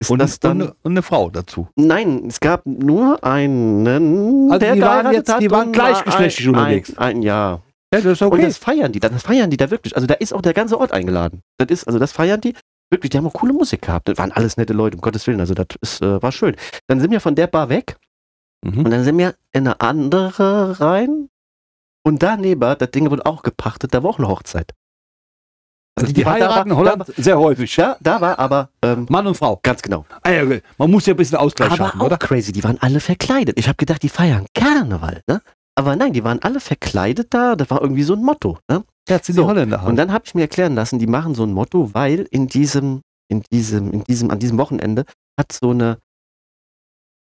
[SPEAKER 2] Ist
[SPEAKER 1] und,
[SPEAKER 2] das dann?
[SPEAKER 1] und, eine- und eine Frau dazu.
[SPEAKER 2] Nein, es gab nur einen.
[SPEAKER 1] Also die waren
[SPEAKER 2] geheiratet
[SPEAKER 1] jetzt- die
[SPEAKER 2] hat
[SPEAKER 1] waren
[SPEAKER 2] und
[SPEAKER 1] gleichgeschlechtlich
[SPEAKER 2] ein,
[SPEAKER 1] unterwegs.
[SPEAKER 2] Ein, ein, ja.
[SPEAKER 1] Ja, das ist
[SPEAKER 2] Und das feiern die, dann das feiern die da wirklich. Also da ist auch der ganze Ort eingeladen. Das ist, also das feiern die wirklich. Die haben auch coole Musik gehabt. Das waren alles nette Leute, um Gottes Willen. Also das ist, äh, war schön. Dann sind wir von der Bar weg und
[SPEAKER 1] Mhm.
[SPEAKER 2] dann sind wir in eine andere rein. Und daneben, das Ding wurde auch gepachtet, da war auch eine Hochzeit.
[SPEAKER 1] Also die,
[SPEAKER 2] da war-
[SPEAKER 1] heiraten in Holland sehr häufig.
[SPEAKER 2] Da, da war aber, ähm,
[SPEAKER 1] Mann und Frau.
[SPEAKER 2] ganz genau.
[SPEAKER 1] Ah, ja, okay. Man muss ja ein bisschen Ausgleich
[SPEAKER 2] Aber
[SPEAKER 1] schaffen,
[SPEAKER 2] auch
[SPEAKER 1] oder?
[SPEAKER 2] crazy, die waren alle verkleidet. Ich habe gedacht, die feiern Karneval, ne? Aber nein, die waren alle verkleidet da, das war irgendwie so ein Motto, ne?
[SPEAKER 1] Ja, sind
[SPEAKER 2] So.
[SPEAKER 1] Holländer.
[SPEAKER 2] Und dann habe ich mir erklären lassen, die machen so ein Motto, weil in diesem, in diesem, in diesem, an diesem Wochenende hat so eine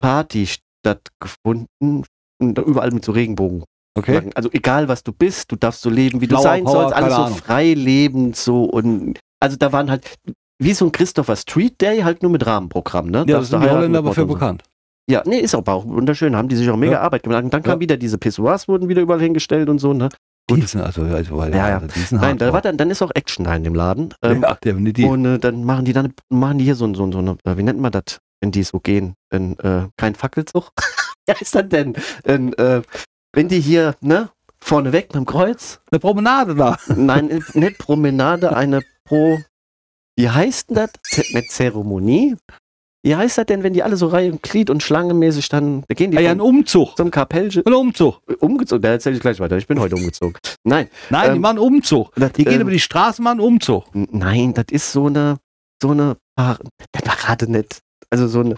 [SPEAKER 2] Party stattgefunden, und da überall mit so Regenbogen.
[SPEAKER 1] okay.
[SPEAKER 2] Also egal was du bist, du darfst so leben, wie
[SPEAKER 1] Flower
[SPEAKER 2] du sein
[SPEAKER 1] Power,
[SPEAKER 2] sollst, alles
[SPEAKER 1] keine
[SPEAKER 2] so
[SPEAKER 1] Ahnung.
[SPEAKER 2] frei lebend so und also da waren halt wie so ein Christopher Street Day halt nur mit Rahmenprogramm, ne?
[SPEAKER 1] Ja, das
[SPEAKER 2] Darfst du
[SPEAKER 1] sind die
[SPEAKER 2] heiraten
[SPEAKER 1] Holländer
[SPEAKER 2] mit
[SPEAKER 1] aber für
[SPEAKER 2] Motto und so.
[SPEAKER 1] bekannt.
[SPEAKER 2] Ja, nee, ist aber auch wunderschön. Haben die sich auch mega
[SPEAKER 1] Ja.
[SPEAKER 2] Arbeit gemacht. Und dann kam
[SPEAKER 1] Ja.
[SPEAKER 2] wieder diese Pissoirs, wurden wieder überall hingestellt und so, ne? Gut.
[SPEAKER 1] Die sind also, also weil-
[SPEAKER 2] Ja, ja.
[SPEAKER 1] also die sind
[SPEAKER 2] Nein, da
[SPEAKER 1] hardcore.
[SPEAKER 2] war dann, dann ist auch Action da in dem Laden. Ähm,
[SPEAKER 1] ja, definitiv.
[SPEAKER 2] Und äh, dann machen die dann, machen die hier so, ein- so, ein- so eine, äh, wie nennt man das, wenn die so gehen? Ein, äh, kein Fackelzug? *laughs* Wer ist das denn? Ein, äh, wenn die hier, ne, vorne weg mit dem Kreuz?
[SPEAKER 1] Eine Promenade da. Ah,
[SPEAKER 2] Nein, nicht Promenade, eine Pro. Wie heißt denn das? Z nicht Zeremonie? Wie heißt das denn, wenn die alle so Reihe und Glied und Schlangenmäßig dann, da gehen die
[SPEAKER 1] Ja, Ah ja,
[SPEAKER 2] vom-
[SPEAKER 1] ein Umzug.
[SPEAKER 2] zum Kapellchen
[SPEAKER 1] Ein Umzug.
[SPEAKER 2] umgezogen. Da erzähle ich gleich weiter. Ich bin heute
[SPEAKER 1] *laughs*
[SPEAKER 2] umgezogen. Nein,
[SPEAKER 1] Nein, die
[SPEAKER 2] Ähm,
[SPEAKER 1] machen einen Umzug.
[SPEAKER 2] das,
[SPEAKER 1] Die gehen
[SPEAKER 2] ähm,
[SPEAKER 1] über die Straße, machen einen Umzug.
[SPEAKER 2] n- nein, das ist so eine, so eine, Par- das war gerade nicht. Also so eine,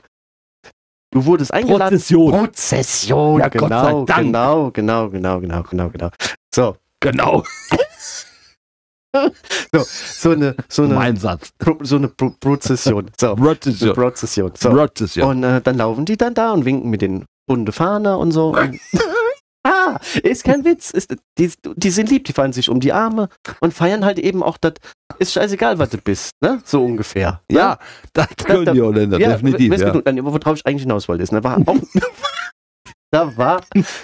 [SPEAKER 2] du wurdest eingeladen.
[SPEAKER 1] Prozession.
[SPEAKER 2] Prozession.
[SPEAKER 1] Ja, Gott sei
[SPEAKER 2] genau,
[SPEAKER 1] Dank.
[SPEAKER 2] genau, genau, genau, genau, genau, genau. So, *laughs*
[SPEAKER 1] Genau.
[SPEAKER 2] so eine, so eine,
[SPEAKER 1] Mein Satz.
[SPEAKER 2] Pro, so eine Pro Prozession. So, eine
[SPEAKER 1] Prozession.
[SPEAKER 2] Prozession. So.
[SPEAKER 1] Prozession.
[SPEAKER 2] Und äh, dann laufen die dann da und winken mit den bunte Fahne und so. Und *laughs* ah, ist kein Witz. Ist, die, die sind lieb, die fallen sich um die Arme und feiern halt eben auch das. Ist scheißegal, was du bist, ne? So ungefähr. ne?
[SPEAKER 1] Ja, das können die Holländer, definitiv.
[SPEAKER 2] wisst ihr,
[SPEAKER 1] Ja.
[SPEAKER 2] du, dann, worauf ich eigentlich hinaus wollte, ist, ne, war auch, *laughs* da war,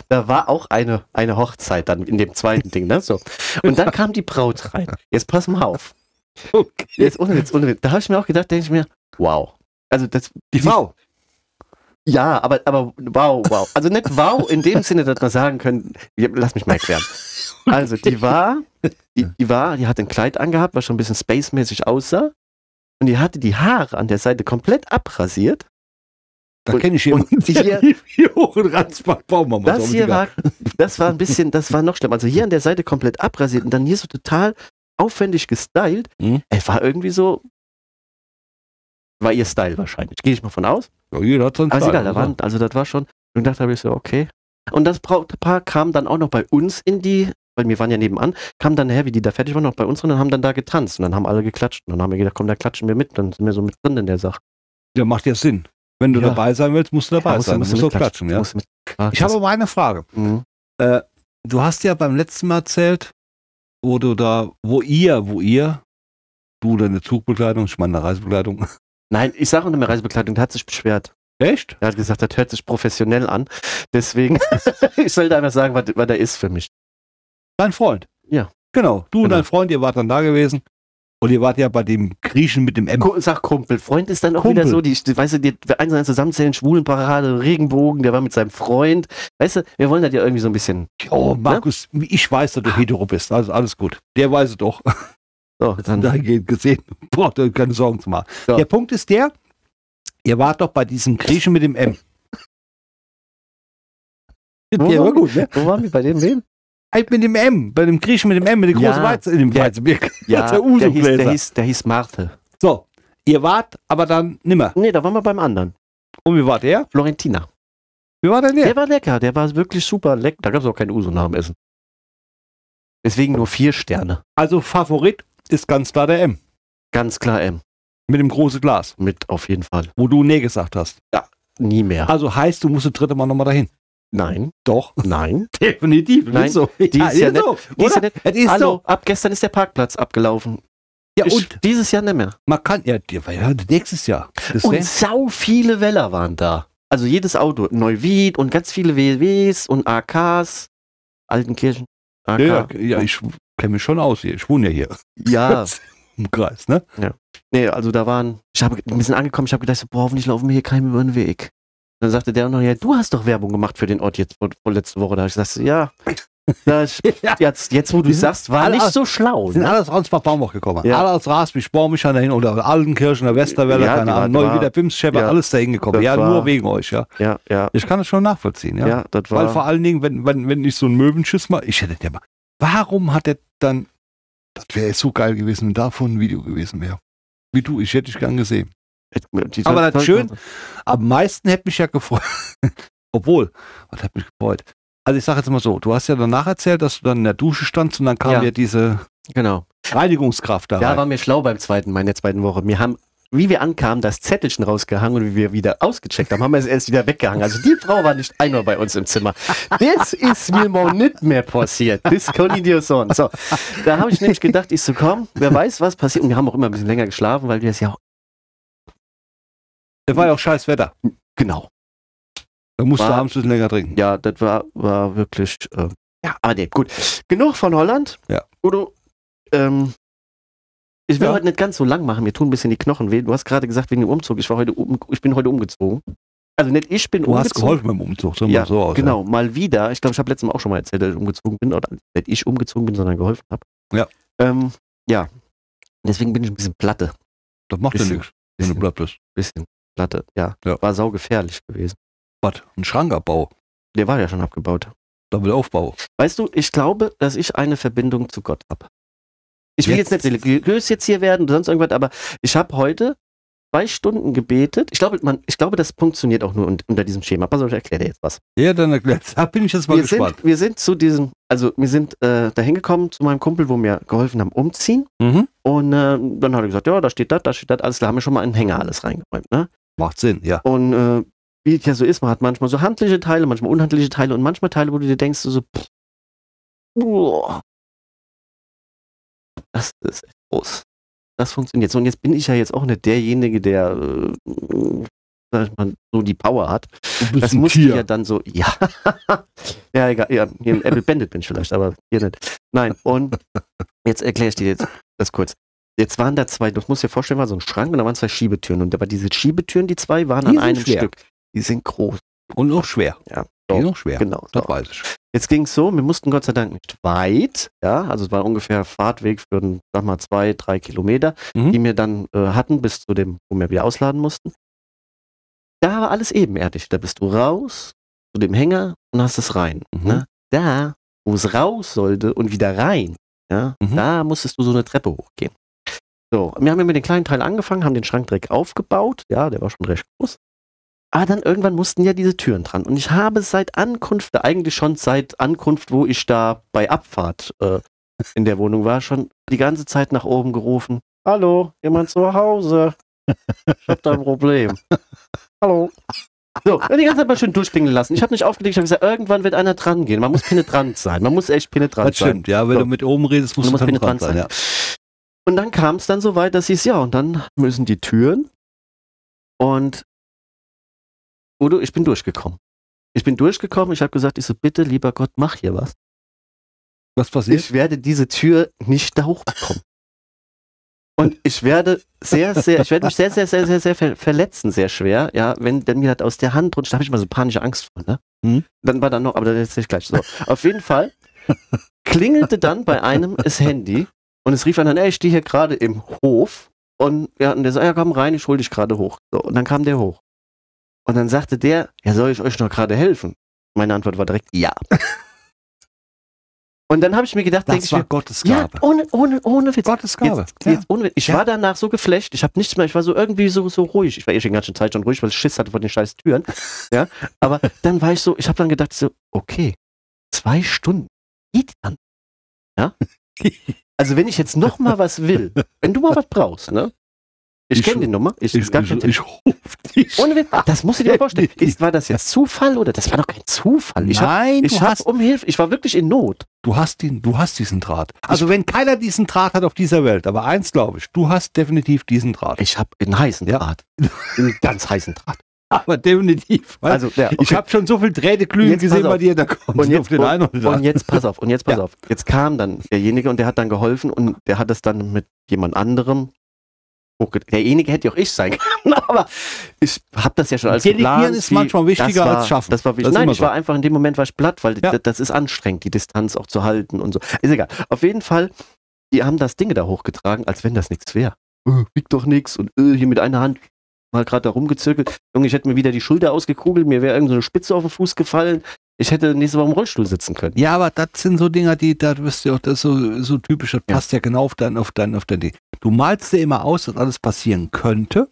[SPEAKER 2] da war auch eine, eine Hochzeit dann in dem zweiten Ding, ne? So. Und dann kam die Braut rein. Jetzt pass mal auf.
[SPEAKER 1] Okay.
[SPEAKER 2] Jetzt ohne Witz, ohne Witz. Da habe ich mir auch gedacht, denke ich mir, wow. Also das
[SPEAKER 1] Die Frau.
[SPEAKER 2] ja, aber, aber wow, wow. Also nicht wow in dem Sinne, dass man sagen können, ja, lass mich mal erklären. Also die war, die, die war, die hat ein Kleid angehabt, was schon ein bisschen spacemäßig aussah. Und die hatte die Haare an der Seite komplett abrasiert.
[SPEAKER 1] Da
[SPEAKER 2] Und-
[SPEAKER 1] kenne ich
[SPEAKER 2] und
[SPEAKER 1] jemanden, *laughs* der hier hoch und Ransbach Baum am
[SPEAKER 2] Das hier war, *laughs* das war ein bisschen, das war noch schlimm. Also hier an der Seite komplett abrasiert und dann hier so total aufwendig gestylt.
[SPEAKER 1] Mhm.
[SPEAKER 2] Es war irgendwie so, war ihr Style wahrscheinlich. Gehe ich mal von aus.
[SPEAKER 1] Ja, jeder hat sonst
[SPEAKER 2] Aber ist egal, da waren, also das war schon, und dachte habe ich so, okay. Und das Brautpaar kam dann auch noch bei uns in die, weil wir waren ja nebenan, kam dann her, wie die da fertig waren, noch bei uns und dann haben dann da getanzt und dann haben alle geklatscht und dann haben wir gedacht, komm, da klatschen wir mit, dann sind wir so mit drin in der Sache.
[SPEAKER 1] Ja, macht ja Sinn. Wenn du
[SPEAKER 2] Ja.
[SPEAKER 1] dabei sein willst, musst du dabei
[SPEAKER 2] Da musst du-
[SPEAKER 1] sein.
[SPEAKER 2] musst du
[SPEAKER 1] musst du
[SPEAKER 2] mitklatschen,
[SPEAKER 1] klatschen, ja.
[SPEAKER 2] musst du mit- Ah,
[SPEAKER 1] Ich habe
[SPEAKER 2] das-
[SPEAKER 1] aber eine Frage.
[SPEAKER 2] Mhm.
[SPEAKER 1] Du hast ja beim letzten Mal erzählt, wo du da, wo ihr, wo ihr, du deine Zugbekleidung, ich meine Reisebekleidung,
[SPEAKER 2] Nein, ich sage unter mehr Reisebekleidung, der hat sich beschwert.
[SPEAKER 1] *laughs* Echt?
[SPEAKER 2] Er hat gesagt, das hört sich professionell an. Deswegen, *laughs* ich sollte einfach sagen, was, was er ist für mich.
[SPEAKER 1] Dein Freund.
[SPEAKER 2] Ja.
[SPEAKER 1] Genau. Du und
[SPEAKER 2] Genau.
[SPEAKER 1] dein Freund, ihr wart dann da gewesen. Und ihr wart ja bei dem Griechen mit dem M.
[SPEAKER 2] Ku- Sag Kumpel. Freund ist dann auch
[SPEAKER 1] Kumpel.
[SPEAKER 2] wieder so, die, die, weißt du, die einzelnen zusammenzählen, Schwulenparade, Regenbogen, der war mit seinem Freund. Weißt du, wir wollen das ja irgendwie so ein bisschen.
[SPEAKER 1] Oh,
[SPEAKER 2] ne?
[SPEAKER 1] Markus, ich weiß,
[SPEAKER 2] Ah.
[SPEAKER 1] dass du hetero bist. Also alles gut. Der weiß es doch.
[SPEAKER 2] So, dann,
[SPEAKER 1] Dahingehend gesehen. *laughs* Braucht ihr keine Sorgen zu machen.
[SPEAKER 2] Ja.
[SPEAKER 1] Der Punkt ist der, ihr wart doch bei diesem Griechen mit dem M.
[SPEAKER 2] Wo waren wir?
[SPEAKER 1] gut, ne?
[SPEAKER 2] wo waren wir bei dem
[SPEAKER 1] *laughs*
[SPEAKER 2] wem?
[SPEAKER 1] Halt mit dem M, bei dem Griechen mit dem M, mit dem
[SPEAKER 2] Ja.
[SPEAKER 1] großen Weizen in dem
[SPEAKER 2] Der-
[SPEAKER 1] Weizenbier.
[SPEAKER 2] *laughs*
[SPEAKER 1] *laughs*
[SPEAKER 2] Ja,
[SPEAKER 1] der
[SPEAKER 2] der,
[SPEAKER 1] Udo
[SPEAKER 2] hieß, der,
[SPEAKER 1] Gläser.
[SPEAKER 2] hieß, der hieß Marthe.
[SPEAKER 1] So, ihr wart aber dann nimmer.
[SPEAKER 2] Nee, da waren wir beim anderen.
[SPEAKER 1] Und wie war der?
[SPEAKER 2] Florentina.
[SPEAKER 1] Wie war denn der?
[SPEAKER 2] Der war lecker, der war wirklich super lecker. Da gab es auch keinen Uso nach dem Essen. Deswegen nur vier Sterne.
[SPEAKER 1] Also Favorit ist ganz klar der M.
[SPEAKER 2] Ganz klar M.
[SPEAKER 1] Mit dem großen Glas,
[SPEAKER 2] Mit auf jeden Fall.
[SPEAKER 1] wo du Nee gesagt hast.
[SPEAKER 2] Nie mehr.
[SPEAKER 1] Also heißt, du musst das dritte Mal nochmal dahin.
[SPEAKER 2] Nein, *laughs*
[SPEAKER 1] Doch.
[SPEAKER 2] nein.
[SPEAKER 1] Definitiv.
[SPEAKER 2] Nein,
[SPEAKER 1] so.
[SPEAKER 2] die ist ja nett.
[SPEAKER 1] so,
[SPEAKER 2] Die ist ja
[SPEAKER 1] oder?
[SPEAKER 2] nett.
[SPEAKER 1] Es ist
[SPEAKER 2] Hallo,
[SPEAKER 1] so.
[SPEAKER 2] ab gestern ist der Parkplatz abgelaufen.
[SPEAKER 1] Ja,
[SPEAKER 2] Ich-
[SPEAKER 1] und
[SPEAKER 2] dieses Jahr nicht mehr.
[SPEAKER 1] man kann ja, die- ja nächstes Jahr. Das
[SPEAKER 2] Und
[SPEAKER 1] wär-
[SPEAKER 2] sau viele Weller waren da. Also jedes Auto. Neuwied und ganz viele WWs und AKs. Altenkirchen. AK.
[SPEAKER 1] ja, ja, ja, ich kenne mich schon aus hier. Ich wohne ja hier
[SPEAKER 2] ja.
[SPEAKER 1] *laughs* im Kreis,
[SPEAKER 2] *laughs*
[SPEAKER 1] ne?
[SPEAKER 2] Nee, also da waren. Ich habe ein bisschen angekommen. Ich habe gedacht, so, boah, hoffentlich laufen wir hier keinem über den Weg. Dann sagte der noch, ja, du hast doch Werbung gemacht für den Ort jetzt vor, vor letzte Woche. Da habe ich gesagt,
[SPEAKER 1] *laughs*
[SPEAKER 2] so, ja. Da ich,
[SPEAKER 1] Ja.
[SPEAKER 2] jetzt, jetzt, wo du
[SPEAKER 1] Die sind
[SPEAKER 2] sagst, war
[SPEAKER 1] alle
[SPEAKER 2] nicht
[SPEAKER 1] aus-
[SPEAKER 2] so schlau.
[SPEAKER 1] Sind
[SPEAKER 2] ne?
[SPEAKER 1] alle aus Ransbach Baumbach gekommen.
[SPEAKER 2] Ja.
[SPEAKER 1] Alle aus Rasbisch, Bormischan dahin oder Altenkirchen, der Westerwelle,
[SPEAKER 2] Ja, die
[SPEAKER 1] keine
[SPEAKER 2] war-
[SPEAKER 1] Ahnung,
[SPEAKER 2] die war-
[SPEAKER 1] Neuwieder, Pimschefer,
[SPEAKER 2] ja.
[SPEAKER 1] alles dahin gekommen.
[SPEAKER 2] Das
[SPEAKER 1] Ja, nur
[SPEAKER 2] war-
[SPEAKER 1] wegen euch, ja.
[SPEAKER 2] Ja, ja,
[SPEAKER 1] Ich kann das schon nachvollziehen,
[SPEAKER 2] ja,
[SPEAKER 1] ja.
[SPEAKER 2] das
[SPEAKER 1] Weil
[SPEAKER 2] war.
[SPEAKER 1] vor allen Dingen, wenn, wenn, wenn ich so einen Möwenschiss mache, ich hätte der mal. Warum hat er dann. Das wäre so geil gewesen, wenn davon ein Video gewesen wäre. Wie du, ich hätte dich gern gesehen.
[SPEAKER 2] Die-
[SPEAKER 1] aber das schön- Am meisten hätte mich ja gefreut. *laughs* Obwohl, was hat mich gefreut? Also ich sage jetzt mal so, du hast ja danach erzählt, dass du dann in der Dusche standst und dann kam ja,
[SPEAKER 2] Ja.
[SPEAKER 1] diese
[SPEAKER 2] Genau.
[SPEAKER 1] Reinigungskraft da
[SPEAKER 2] Da
[SPEAKER 1] rein.
[SPEAKER 2] waren wir schlau beim zweiten Mal in der zweiten Woche. Wir haben, wie wir ankamen, das Zettelchen rausgehangen und wie wir wieder ausgecheckt haben, haben wir es erst wieder weggehangen. Also die Frau war nicht einmal bei uns im Zimmer. Das ist mir mal nicht mehr passiert. Das kann ich dir sagen. So, da habe ich nämlich gedacht, ich so, komm, wer weiß, was passiert. Und wir haben auch immer ein bisschen länger geschlafen, weil wir es ja,
[SPEAKER 1] Das war ja auch scheiß Wetter.
[SPEAKER 2] genau.
[SPEAKER 1] Da musst du
[SPEAKER 2] War-
[SPEAKER 1] abends ein bisschen länger trinken.
[SPEAKER 2] Ja, das war, war wirklich, äh, ja, aber nee, gut. Genug von Holland.
[SPEAKER 1] Ja.
[SPEAKER 2] Udo, ähm, ich will
[SPEAKER 1] Ja.
[SPEAKER 2] heute nicht ganz so lang machen. Mir tun ein bisschen die Knochen weh. Du hast gerade gesagt, wegen dem Umzug. Ich, war heute um, ich bin heute umgezogen. Also nicht ich bin
[SPEAKER 1] du
[SPEAKER 2] umgezogen.
[SPEAKER 1] hast geholfen beim Umzug, sagen wir
[SPEAKER 2] Ja,
[SPEAKER 1] mal so aus. ja.
[SPEAKER 2] Genau, mal wieder. Ich glaube, ich habe letztes Mal auch schon mal erzählt, dass ich umgezogen bin. Oder nicht ich umgezogen bin, sondern geholfen habe.
[SPEAKER 1] Ja.
[SPEAKER 2] Ähm, ja. Deswegen bin ich ein bisschen platte.
[SPEAKER 1] Das macht ja
[SPEAKER 2] Bisschen.
[SPEAKER 1] nichts, wenn du
[SPEAKER 2] Bisschen.
[SPEAKER 1] blatt bist.
[SPEAKER 2] bisschen platte. Ja.
[SPEAKER 1] Ja.
[SPEAKER 2] War saugefährlich gewesen.
[SPEAKER 1] Was? Ein Schrankabbau.
[SPEAKER 2] Der war ja schon abgebaut.
[SPEAKER 1] Da will Aufbau.
[SPEAKER 2] Weißt du, ich glaube, dass ich eine Verbindung zu Gott habe. Ich will jetzt, nicht religiös jetzt hier werden oder sonst irgendwas, aber ich habe heute zwei Stunden gebetet. Ich glaube, man, ich glaube, das funktioniert auch nur un unter diesem Schema. Pass auf, ich erkläre dir jetzt was.
[SPEAKER 1] Ja, dann erklärt. *laughs* Da bin ich jetzt mal
[SPEAKER 2] Wir
[SPEAKER 1] gespannt.
[SPEAKER 2] sind, wir sind zu diesem, also wir sind äh, dahin gekommen zu meinem Kumpel, wo mir geholfen haben, umziehen.
[SPEAKER 1] Mhm.
[SPEAKER 2] Und äh, dann hat er gesagt, ja, da steht das, da steht das, alles klar, haben wir schon mal einen Hänger alles reingeräumt. Ne?
[SPEAKER 1] Macht Sinn, ja.
[SPEAKER 2] Und äh, wie es ja so ist, man hat manchmal so handliche Teile, manchmal unhandliche Teile und manchmal Teile, wo du dir denkst, so, pff, boah, das ist echt groß. Das funktioniert so. Und jetzt bin ich ja jetzt auch nicht derjenige, der, äh, sag ich mal, so die Power hat.
[SPEAKER 1] Du bist
[SPEAKER 2] Das musste ich ja dann so, *laughs* ja. ja, egal. Ja, hier im Apple Bandit bin ich vielleicht, aber hier nicht. Nein, und jetzt erkläre ich dir jetzt das kurz. Jetzt waren da zwei, du musst dir vorstellen, war so ein Schrank und da waren zwei Schiebetüren. Und aber diese Schiebetüren, die zwei, waren
[SPEAKER 1] Die
[SPEAKER 2] an
[SPEAKER 1] sind
[SPEAKER 2] einem
[SPEAKER 1] schwer.
[SPEAKER 2] Stück. Die sind groß.
[SPEAKER 1] Und noch schwer.
[SPEAKER 2] Ja.
[SPEAKER 1] Die noch schwer.
[SPEAKER 2] Genau.
[SPEAKER 1] Das
[SPEAKER 2] So.
[SPEAKER 1] weiß ich.
[SPEAKER 2] Jetzt ging es so, wir mussten Gott sei Dank nicht weit. Ja, also es war ungefähr Fahrtweg für, sag mal, zwei, drei Kilometer,
[SPEAKER 1] Mhm.
[SPEAKER 2] die wir dann äh, hatten, bis zu dem, wo wir wieder ausladen mussten. Da war alles ebenerdig. Da bist du raus zu dem Hänger und hast es rein.
[SPEAKER 1] Mhm.
[SPEAKER 2] Ne? da, wo es raus sollte und wieder rein, ja,
[SPEAKER 1] Mhm.
[SPEAKER 2] da musstest du so eine Treppe hochgehen. So, wir haben ja mit dem kleinen Teil angefangen, haben den Schrank direkt aufgebaut, ja, der war schon recht groß. Aber dann irgendwann mussten ja diese Türen dran. Und ich habe seit Ankunft, eigentlich schon seit Ankunft, wo ich da bei Abfahrt äh, in der Wohnung war, schon die ganze Zeit nach oben gerufen. Hallo, jemand zu Hause? Ich hab da ein Problem. Hallo. So, und die ganze Zeit mal schön durchklingeln lassen. Ich habe nicht aufgelegt, ich habe gesagt, irgendwann wird einer dran gehen. Man muss penetrant sein. Man muss echt penetrant
[SPEAKER 1] Das
[SPEAKER 2] sein.
[SPEAKER 1] stimmt, ja. Wenn
[SPEAKER 2] So.
[SPEAKER 1] du mit oben redest, musst
[SPEAKER 2] Du
[SPEAKER 1] du,
[SPEAKER 2] musst
[SPEAKER 1] penetrant
[SPEAKER 2] penetrant
[SPEAKER 1] sein.
[SPEAKER 2] Und dann kam es dann so weit, dass ich es ja, und dann müssen die Türen Und Udo, ich bin durchgekommen. Ich bin durchgekommen, ich habe gesagt, ich so, bitte, lieber Gott, mach hier was.
[SPEAKER 1] Was passiert?
[SPEAKER 2] Ich werde diese Tür nicht da hochbekommen. Und ich werde sehr, sehr, ich werde mich sehr, sehr, sehr, sehr, sehr ver verletzen, sehr schwer, ja, wenn dann mir das aus der Hand rutscht, da habe ich mal so panische Angst vor, ne?
[SPEAKER 1] Hm.
[SPEAKER 2] Dann war dann noch, aber das ist gleich so. Auf jeden Fall klingelte dann bei einem das Handy und es rief einen an, ey, ich stehe hier gerade im Hof und, ja, und der so, ja, komm rein, ich hol dich gerade hoch. So, und dann kam der hoch. Und dann sagte der, ja, soll ich euch noch gerade helfen? Meine Antwort war direkt,
[SPEAKER 1] *laughs*
[SPEAKER 2] ja. Und dann habe ich mir gedacht, denke
[SPEAKER 1] Das
[SPEAKER 2] ich
[SPEAKER 1] war
[SPEAKER 2] mir,
[SPEAKER 1] Gottes
[SPEAKER 2] ja,
[SPEAKER 1] Gabe.
[SPEAKER 2] ohne, ohne, ohne Witz.
[SPEAKER 1] Gottes Gabe.
[SPEAKER 2] Jetzt,
[SPEAKER 1] ja.
[SPEAKER 2] jetzt ohne, Witz. ich
[SPEAKER 1] Ja.
[SPEAKER 2] war danach so geflasht, ich habe nichts mehr, ich war so irgendwie so, so ruhig. Ich war eh schon die ganze Zeit schon ruhig, weil ich Schiss hatte vor den
[SPEAKER 1] *laughs*
[SPEAKER 2] scheiß Türen. Ja, aber dann war ich so, ich habe dann gedacht so, okay, zwei Stunden geht dann.
[SPEAKER 1] *laughs*
[SPEAKER 2] Ja? Also wenn ich jetzt noch mal was will, wenn du mal was brauchst, ne? Ich
[SPEAKER 1] Ich-
[SPEAKER 2] kenne die Nummer, ich, es
[SPEAKER 1] ich,
[SPEAKER 2] gab keinen
[SPEAKER 1] ich,
[SPEAKER 2] Tipp.
[SPEAKER 1] ich Ah. rufe dich.
[SPEAKER 2] Ohne Witz, das musst du dir
[SPEAKER 1] *laughs*
[SPEAKER 2] mal vorstellen.
[SPEAKER 1] Definitiv.
[SPEAKER 2] Ist, war das jetzt Zufall oder das war doch kein Zufall? Ich habe
[SPEAKER 1] Nein, du,
[SPEAKER 2] hab
[SPEAKER 1] hast,
[SPEAKER 2] um Hilfe, ich war wirklich in Not.
[SPEAKER 1] du, hast den, du hast diesen Draht. Also wenn keiner diesen Draht hat auf dieser Welt, aber eins glaube ich, du hast definitiv diesen Draht.
[SPEAKER 2] Ich habe einen heißen
[SPEAKER 1] Ja.
[SPEAKER 2] Draht. Einen ganz heißen Draht.
[SPEAKER 1] Aber definitiv. weil
[SPEAKER 2] Also, ja,
[SPEAKER 1] Ich habe schon so viel Träne glühen
[SPEAKER 2] Jetzt
[SPEAKER 1] gesehen
[SPEAKER 2] pass auf.
[SPEAKER 1] bei dir, da kommt
[SPEAKER 2] und jetzt,
[SPEAKER 1] auf den einen oder
[SPEAKER 2] und,
[SPEAKER 1] anderen.
[SPEAKER 2] und jetzt pass auf, und jetzt pass
[SPEAKER 1] Ja.
[SPEAKER 2] auf. Jetzt kam dann derjenige und der hat dann geholfen und der hat es dann mit jemand anderem hochge- Derjenige hätte ja auch ich sein können, *laughs* aber ich habe das ja schon als
[SPEAKER 1] Delegieren
[SPEAKER 2] geplant,
[SPEAKER 1] ist
[SPEAKER 2] wie-
[SPEAKER 1] manchmal wichtiger
[SPEAKER 2] das war,
[SPEAKER 1] als schaffen.
[SPEAKER 2] Das war wichtig.
[SPEAKER 1] Das ist
[SPEAKER 2] Nein,
[SPEAKER 1] immer
[SPEAKER 2] ich war einfach in dem Moment war ich platt, weil
[SPEAKER 1] Ja.
[SPEAKER 2] d- das ist anstrengend, die Distanz auch zu halten und so. Ist egal. Auf jeden Fall, die haben das Ding da hochgetragen, als wenn das nichts wäre. Äh, wiegt doch nichts und äh, hier mit einer Hand mal gerade da rumgezirkelt. Junge, ich hätte mir wieder die Schulter ausgekugelt, mir wäre irgendeine so eine Spitze auf den Fuß gefallen. Ich hätte nächste Woche im Rollstuhl sitzen können.
[SPEAKER 1] Ja, aber das sind so Dinger, die, da wirst du auch, das ist so, so typisch, das passt ja genau auf dein, auf dein, auf dein Ding. Du malst dir immer aus, dass alles passieren könnte.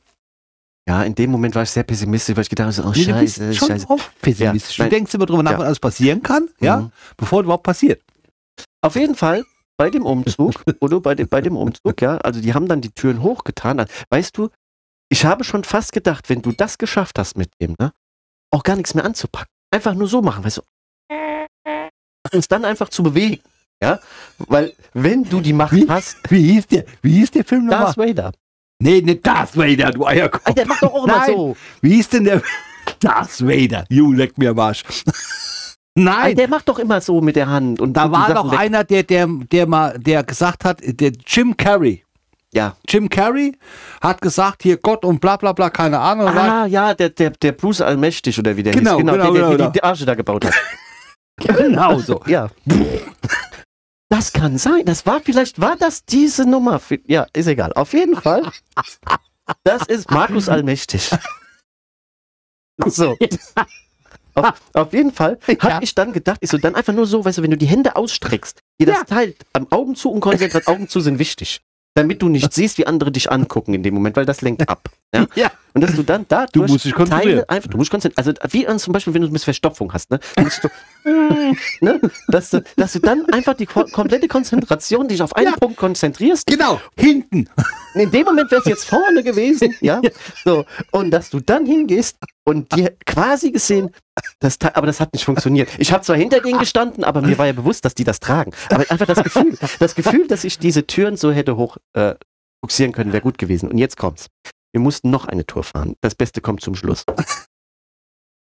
[SPEAKER 2] Ja, in dem Moment war ich sehr pessimistisch, weil ich gedacht habe, so, oh
[SPEAKER 1] Nee, du
[SPEAKER 2] scheiße,
[SPEAKER 1] bist schon
[SPEAKER 2] scheiße.
[SPEAKER 1] auch pessimistisch.
[SPEAKER 2] Ja,
[SPEAKER 1] du
[SPEAKER 2] nein.
[SPEAKER 1] denkst immer drüber nach,
[SPEAKER 2] Ja.
[SPEAKER 1] was alles passieren kann,
[SPEAKER 2] Mhm.
[SPEAKER 1] ja, bevor überhaupt passiert.
[SPEAKER 2] Auf jeden Fall bei dem Umzug, *laughs* oder bei dem, bei dem Umzug, ja, also die haben dann die Türen hochgetan. Also, Weißt du, ich habe schon fast gedacht, wenn du das geschafft hast mit dem, ne, auch gar nichts mehr anzupacken. Einfach nur so machen, weißt du. Uns dann einfach zu bewegen, ja, weil wenn du die Macht
[SPEAKER 1] Wie?
[SPEAKER 2] hast,
[SPEAKER 1] Wie hieß der, wie hieß der Film nochmal?
[SPEAKER 2] Darth Vader.
[SPEAKER 1] Nee, nicht Darth Vader, du
[SPEAKER 2] Ah,
[SPEAKER 1] Eierkopf.
[SPEAKER 2] der macht doch auch immer
[SPEAKER 1] Nein.
[SPEAKER 2] so.
[SPEAKER 1] Wie hieß denn der Darth Vader? You leck mir am Arsch.
[SPEAKER 2] Ah,
[SPEAKER 1] Nein,
[SPEAKER 2] der macht doch immer so mit der Hand und
[SPEAKER 1] da
[SPEAKER 2] und die
[SPEAKER 1] war
[SPEAKER 2] Sachen
[SPEAKER 1] doch
[SPEAKER 2] weg.
[SPEAKER 1] einer, der, der, der mal, der gesagt hat, der Jim Carrey.
[SPEAKER 2] Ja.
[SPEAKER 1] Jim Carrey hat gesagt, hier Gott und bla bla bla, keine Ahnung. was.
[SPEAKER 2] Ah, ja, der, der, der Bruce Allmächtig oder wie der
[SPEAKER 1] Genau,
[SPEAKER 2] hieß. Genau,
[SPEAKER 1] genau,
[SPEAKER 2] der, der,
[SPEAKER 1] genau.
[SPEAKER 2] die, die Arche da gebaut hat.
[SPEAKER 1] *laughs* Genau so.
[SPEAKER 2] Ja. Das kann sein. Das war vielleicht, war das diese Nummer? Für, ja, ist egal. Auf jeden Fall. Das ist Markus Allmächtig. So. Auf, auf jeden Fall habe
[SPEAKER 1] Ja.
[SPEAKER 2] ich dann gedacht, ich so, dann einfach nur so, weißt du, wenn du die Hände ausstreckst, dir das
[SPEAKER 1] Ja.
[SPEAKER 2] Teil am Augen zu und konzentriert, Augen zu sind wichtig. Damit du nicht siehst, wie andere dich angucken in dem Moment, weil das lenkt ab. Ja?
[SPEAKER 1] Ja.
[SPEAKER 2] Und dass du dann da
[SPEAKER 1] Du musst dich konzentrieren.
[SPEAKER 2] Teile einfach, du musst konzentrieren. Also wie an zum Beispiel, wenn du eine Verstopfung hast, ne? Du musst so, ne? Dass, du, dass du dann einfach die ko komplette Konzentration dich auf einen
[SPEAKER 1] Ja.
[SPEAKER 2] Punkt konzentrierst.
[SPEAKER 1] Genau, hinten.
[SPEAKER 2] In dem Moment wär's jetzt vorne gewesen, ja? So. Und dass du dann hingehst und dir quasi gesehen, das, Teil- aber das hat nicht funktioniert. Ich habe zwar hinter denen gestanden, aber mir war ja bewusst, dass die das tragen. Aber einfach das Gefühl, das Gefühl, dass ich diese Türen so hätte hoch äh, buxieren können, wäre gut gewesen. Und jetzt kommt's. Wir mussten noch eine Tour fahren. Das Beste kommt zum Schluss.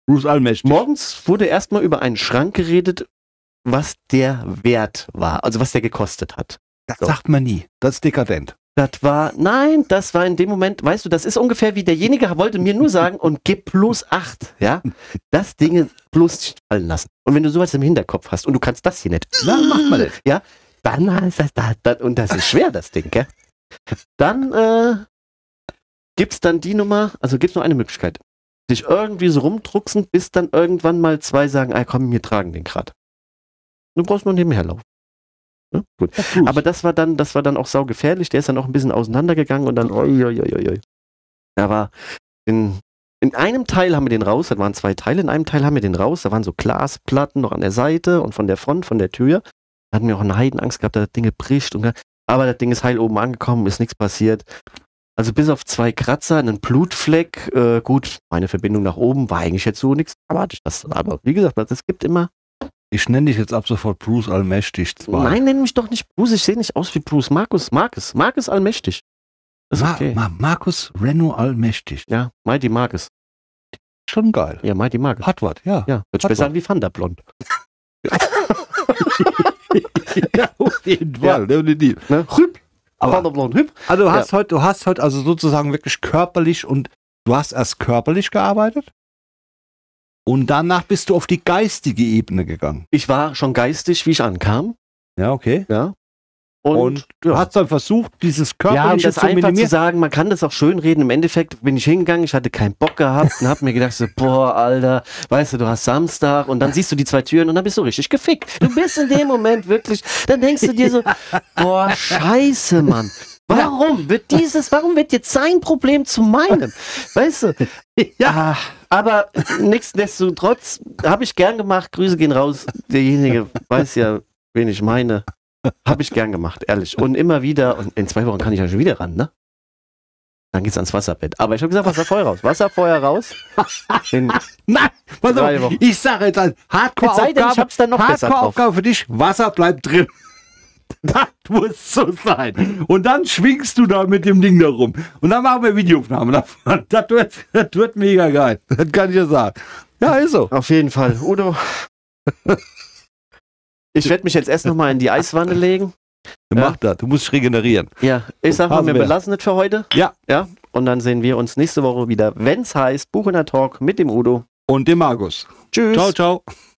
[SPEAKER 1] Bruce Allmächtig.
[SPEAKER 2] Morgens wurde erstmal über einen Schrank geredet, was der wert war, also was der gekostet hat.
[SPEAKER 1] Das sagt man nie. Das ist dekadent.
[SPEAKER 2] Das war, nein, das war in dem Moment, weißt du, das ist ungefähr wie derjenige wollte mir nur sagen und gib plus acht, ja? Das Ding bloß nicht fallen lassen. Und wenn du sowas im Hinterkopf hast und du kannst das hier nicht,
[SPEAKER 1] Na, macht man das.
[SPEAKER 2] ja, dann ist das, das, das und das ist schwer, das Ding, gell? Dann äh, gibt's dann die Nummer, also gibt's nur eine Möglichkeit. Dich irgendwie so rumdrucksen, bis dann irgendwann mal zwei sagen, ah komm, wir tragen den grad. Du brauchst nur nebenher laufen. Ne? Gut. Aber das war dann, das war dann auch saugefährlich. Der ist dann auch ein bisschen auseinandergegangen und dann, oi, oi, oi, oi. Da war in, in einem Teil haben wir den raus, das waren zwei Teile, in einem Teil haben wir den raus, da waren so Glasplatten noch an der Seite und von der Front, von der Tür. Da hatten wir auch eine Heidenangst gehabt, dass das Ding bricht und aber das Ding ist heil oben angekommen, ist nichts passiert. Also bis auf zwei Kratzer, einen Blutfleck, äh, gut, meine Verbindung nach oben war eigentlich jetzt so nichts dramatisch. Aber wie gesagt, es gibt immer
[SPEAKER 1] ich nenne dich jetzt ab sofort Bruce Allmächtig 2.
[SPEAKER 2] Nein, nenn mich doch nicht Bruce. Ich sehe nicht aus wie Bruce. Markus, Markus, Markus Allmächtig. Ist
[SPEAKER 1] Ma
[SPEAKER 2] okay.
[SPEAKER 1] Ma Markus Renno allmächtig.
[SPEAKER 2] Ja, Mighty mag es.
[SPEAKER 1] Schon geil.
[SPEAKER 2] Ja, Mighty mag es.
[SPEAKER 1] Hat was, ja.
[SPEAKER 2] Ja, hört
[SPEAKER 1] Hat
[SPEAKER 2] sich besser an wie Thunderblond. ja, *laughs* auf jeden
[SPEAKER 1] definitiv.
[SPEAKER 2] Ne? Hüp,
[SPEAKER 1] Aber-
[SPEAKER 2] Thunderblond, hüp.
[SPEAKER 1] Also du hast heute, du hast heute also sozusagen wirklich körperlich und du hast erst körperlich gearbeitet und danach bist du auf die geistige Ebene gegangen.
[SPEAKER 2] Ich war schon geistig, wie ich ankam.
[SPEAKER 1] Ja, okay.
[SPEAKER 2] Ja.
[SPEAKER 1] Und Du
[SPEAKER 2] ja.
[SPEAKER 1] hast dann versucht, dieses
[SPEAKER 2] ja, um
[SPEAKER 1] körperliche
[SPEAKER 2] das
[SPEAKER 1] zu
[SPEAKER 2] einfach zu
[SPEAKER 1] minimieren.
[SPEAKER 2] sagen, man kann das auch schön reden. Im Endeffekt bin ich hingegangen, ich hatte keinen Bock gehabt und hab mir gedacht, so, boah, Alter, weißt du, du hast Samstag und dann siehst du die zwei Türen und dann bist du richtig gefickt. Du bist in dem Moment wirklich, dann denkst du dir so, boah, scheiße, Mann. Warum wird dieses, warum wird jetzt sein Problem zu meinem? Weißt du? Ja. Aber nichtsdestotrotz habe ich gern gemacht. Grüße gehen raus. Derjenige weiß ja, wen ich meine. Habe ich gern gemacht, ehrlich. Und immer wieder, und in zwei Wochen kann ich ja schon wieder ran, ne? Dann geht's ans Wasserbett. Aber ich habe gesagt, Wasser vorher raus. Wasser vorher raus. Den,
[SPEAKER 1] Nein, pass
[SPEAKER 2] Drei
[SPEAKER 1] auf,
[SPEAKER 2] Wochen.
[SPEAKER 1] ich sage jetzt als
[SPEAKER 2] es sei denn, ich
[SPEAKER 1] Hardcore-Aufgabe
[SPEAKER 2] hab's dann noch besser drauf.
[SPEAKER 1] Hardcore-Aufgabe für dich, Wasser bleibt drin. *laughs* Das muss so sein. Und dann schwingst du da mit dem Ding da rum. Und dann machen wir Videoaufnahmen davon. *laughs* Das wird, das wird mega geil. Das kann ich dir sagen. Ja, ist so.
[SPEAKER 2] Auf jeden Fall. *laughs* Udo. Ich werde mich jetzt erst nochmal in die Eiswanne legen. Ja.
[SPEAKER 1] Mach das. Du musst regenerieren.
[SPEAKER 2] Ja, ich sag mal, wir
[SPEAKER 1] Hasenbär.
[SPEAKER 2] belassen es für heute.
[SPEAKER 1] Ja.
[SPEAKER 2] Ja. Und dann sehen wir uns nächste Woche wieder, wenn's heißt, Buchener Talk mit dem Udo.
[SPEAKER 1] Und dem Markus.
[SPEAKER 2] Tschüss.
[SPEAKER 1] Ciao, ciao.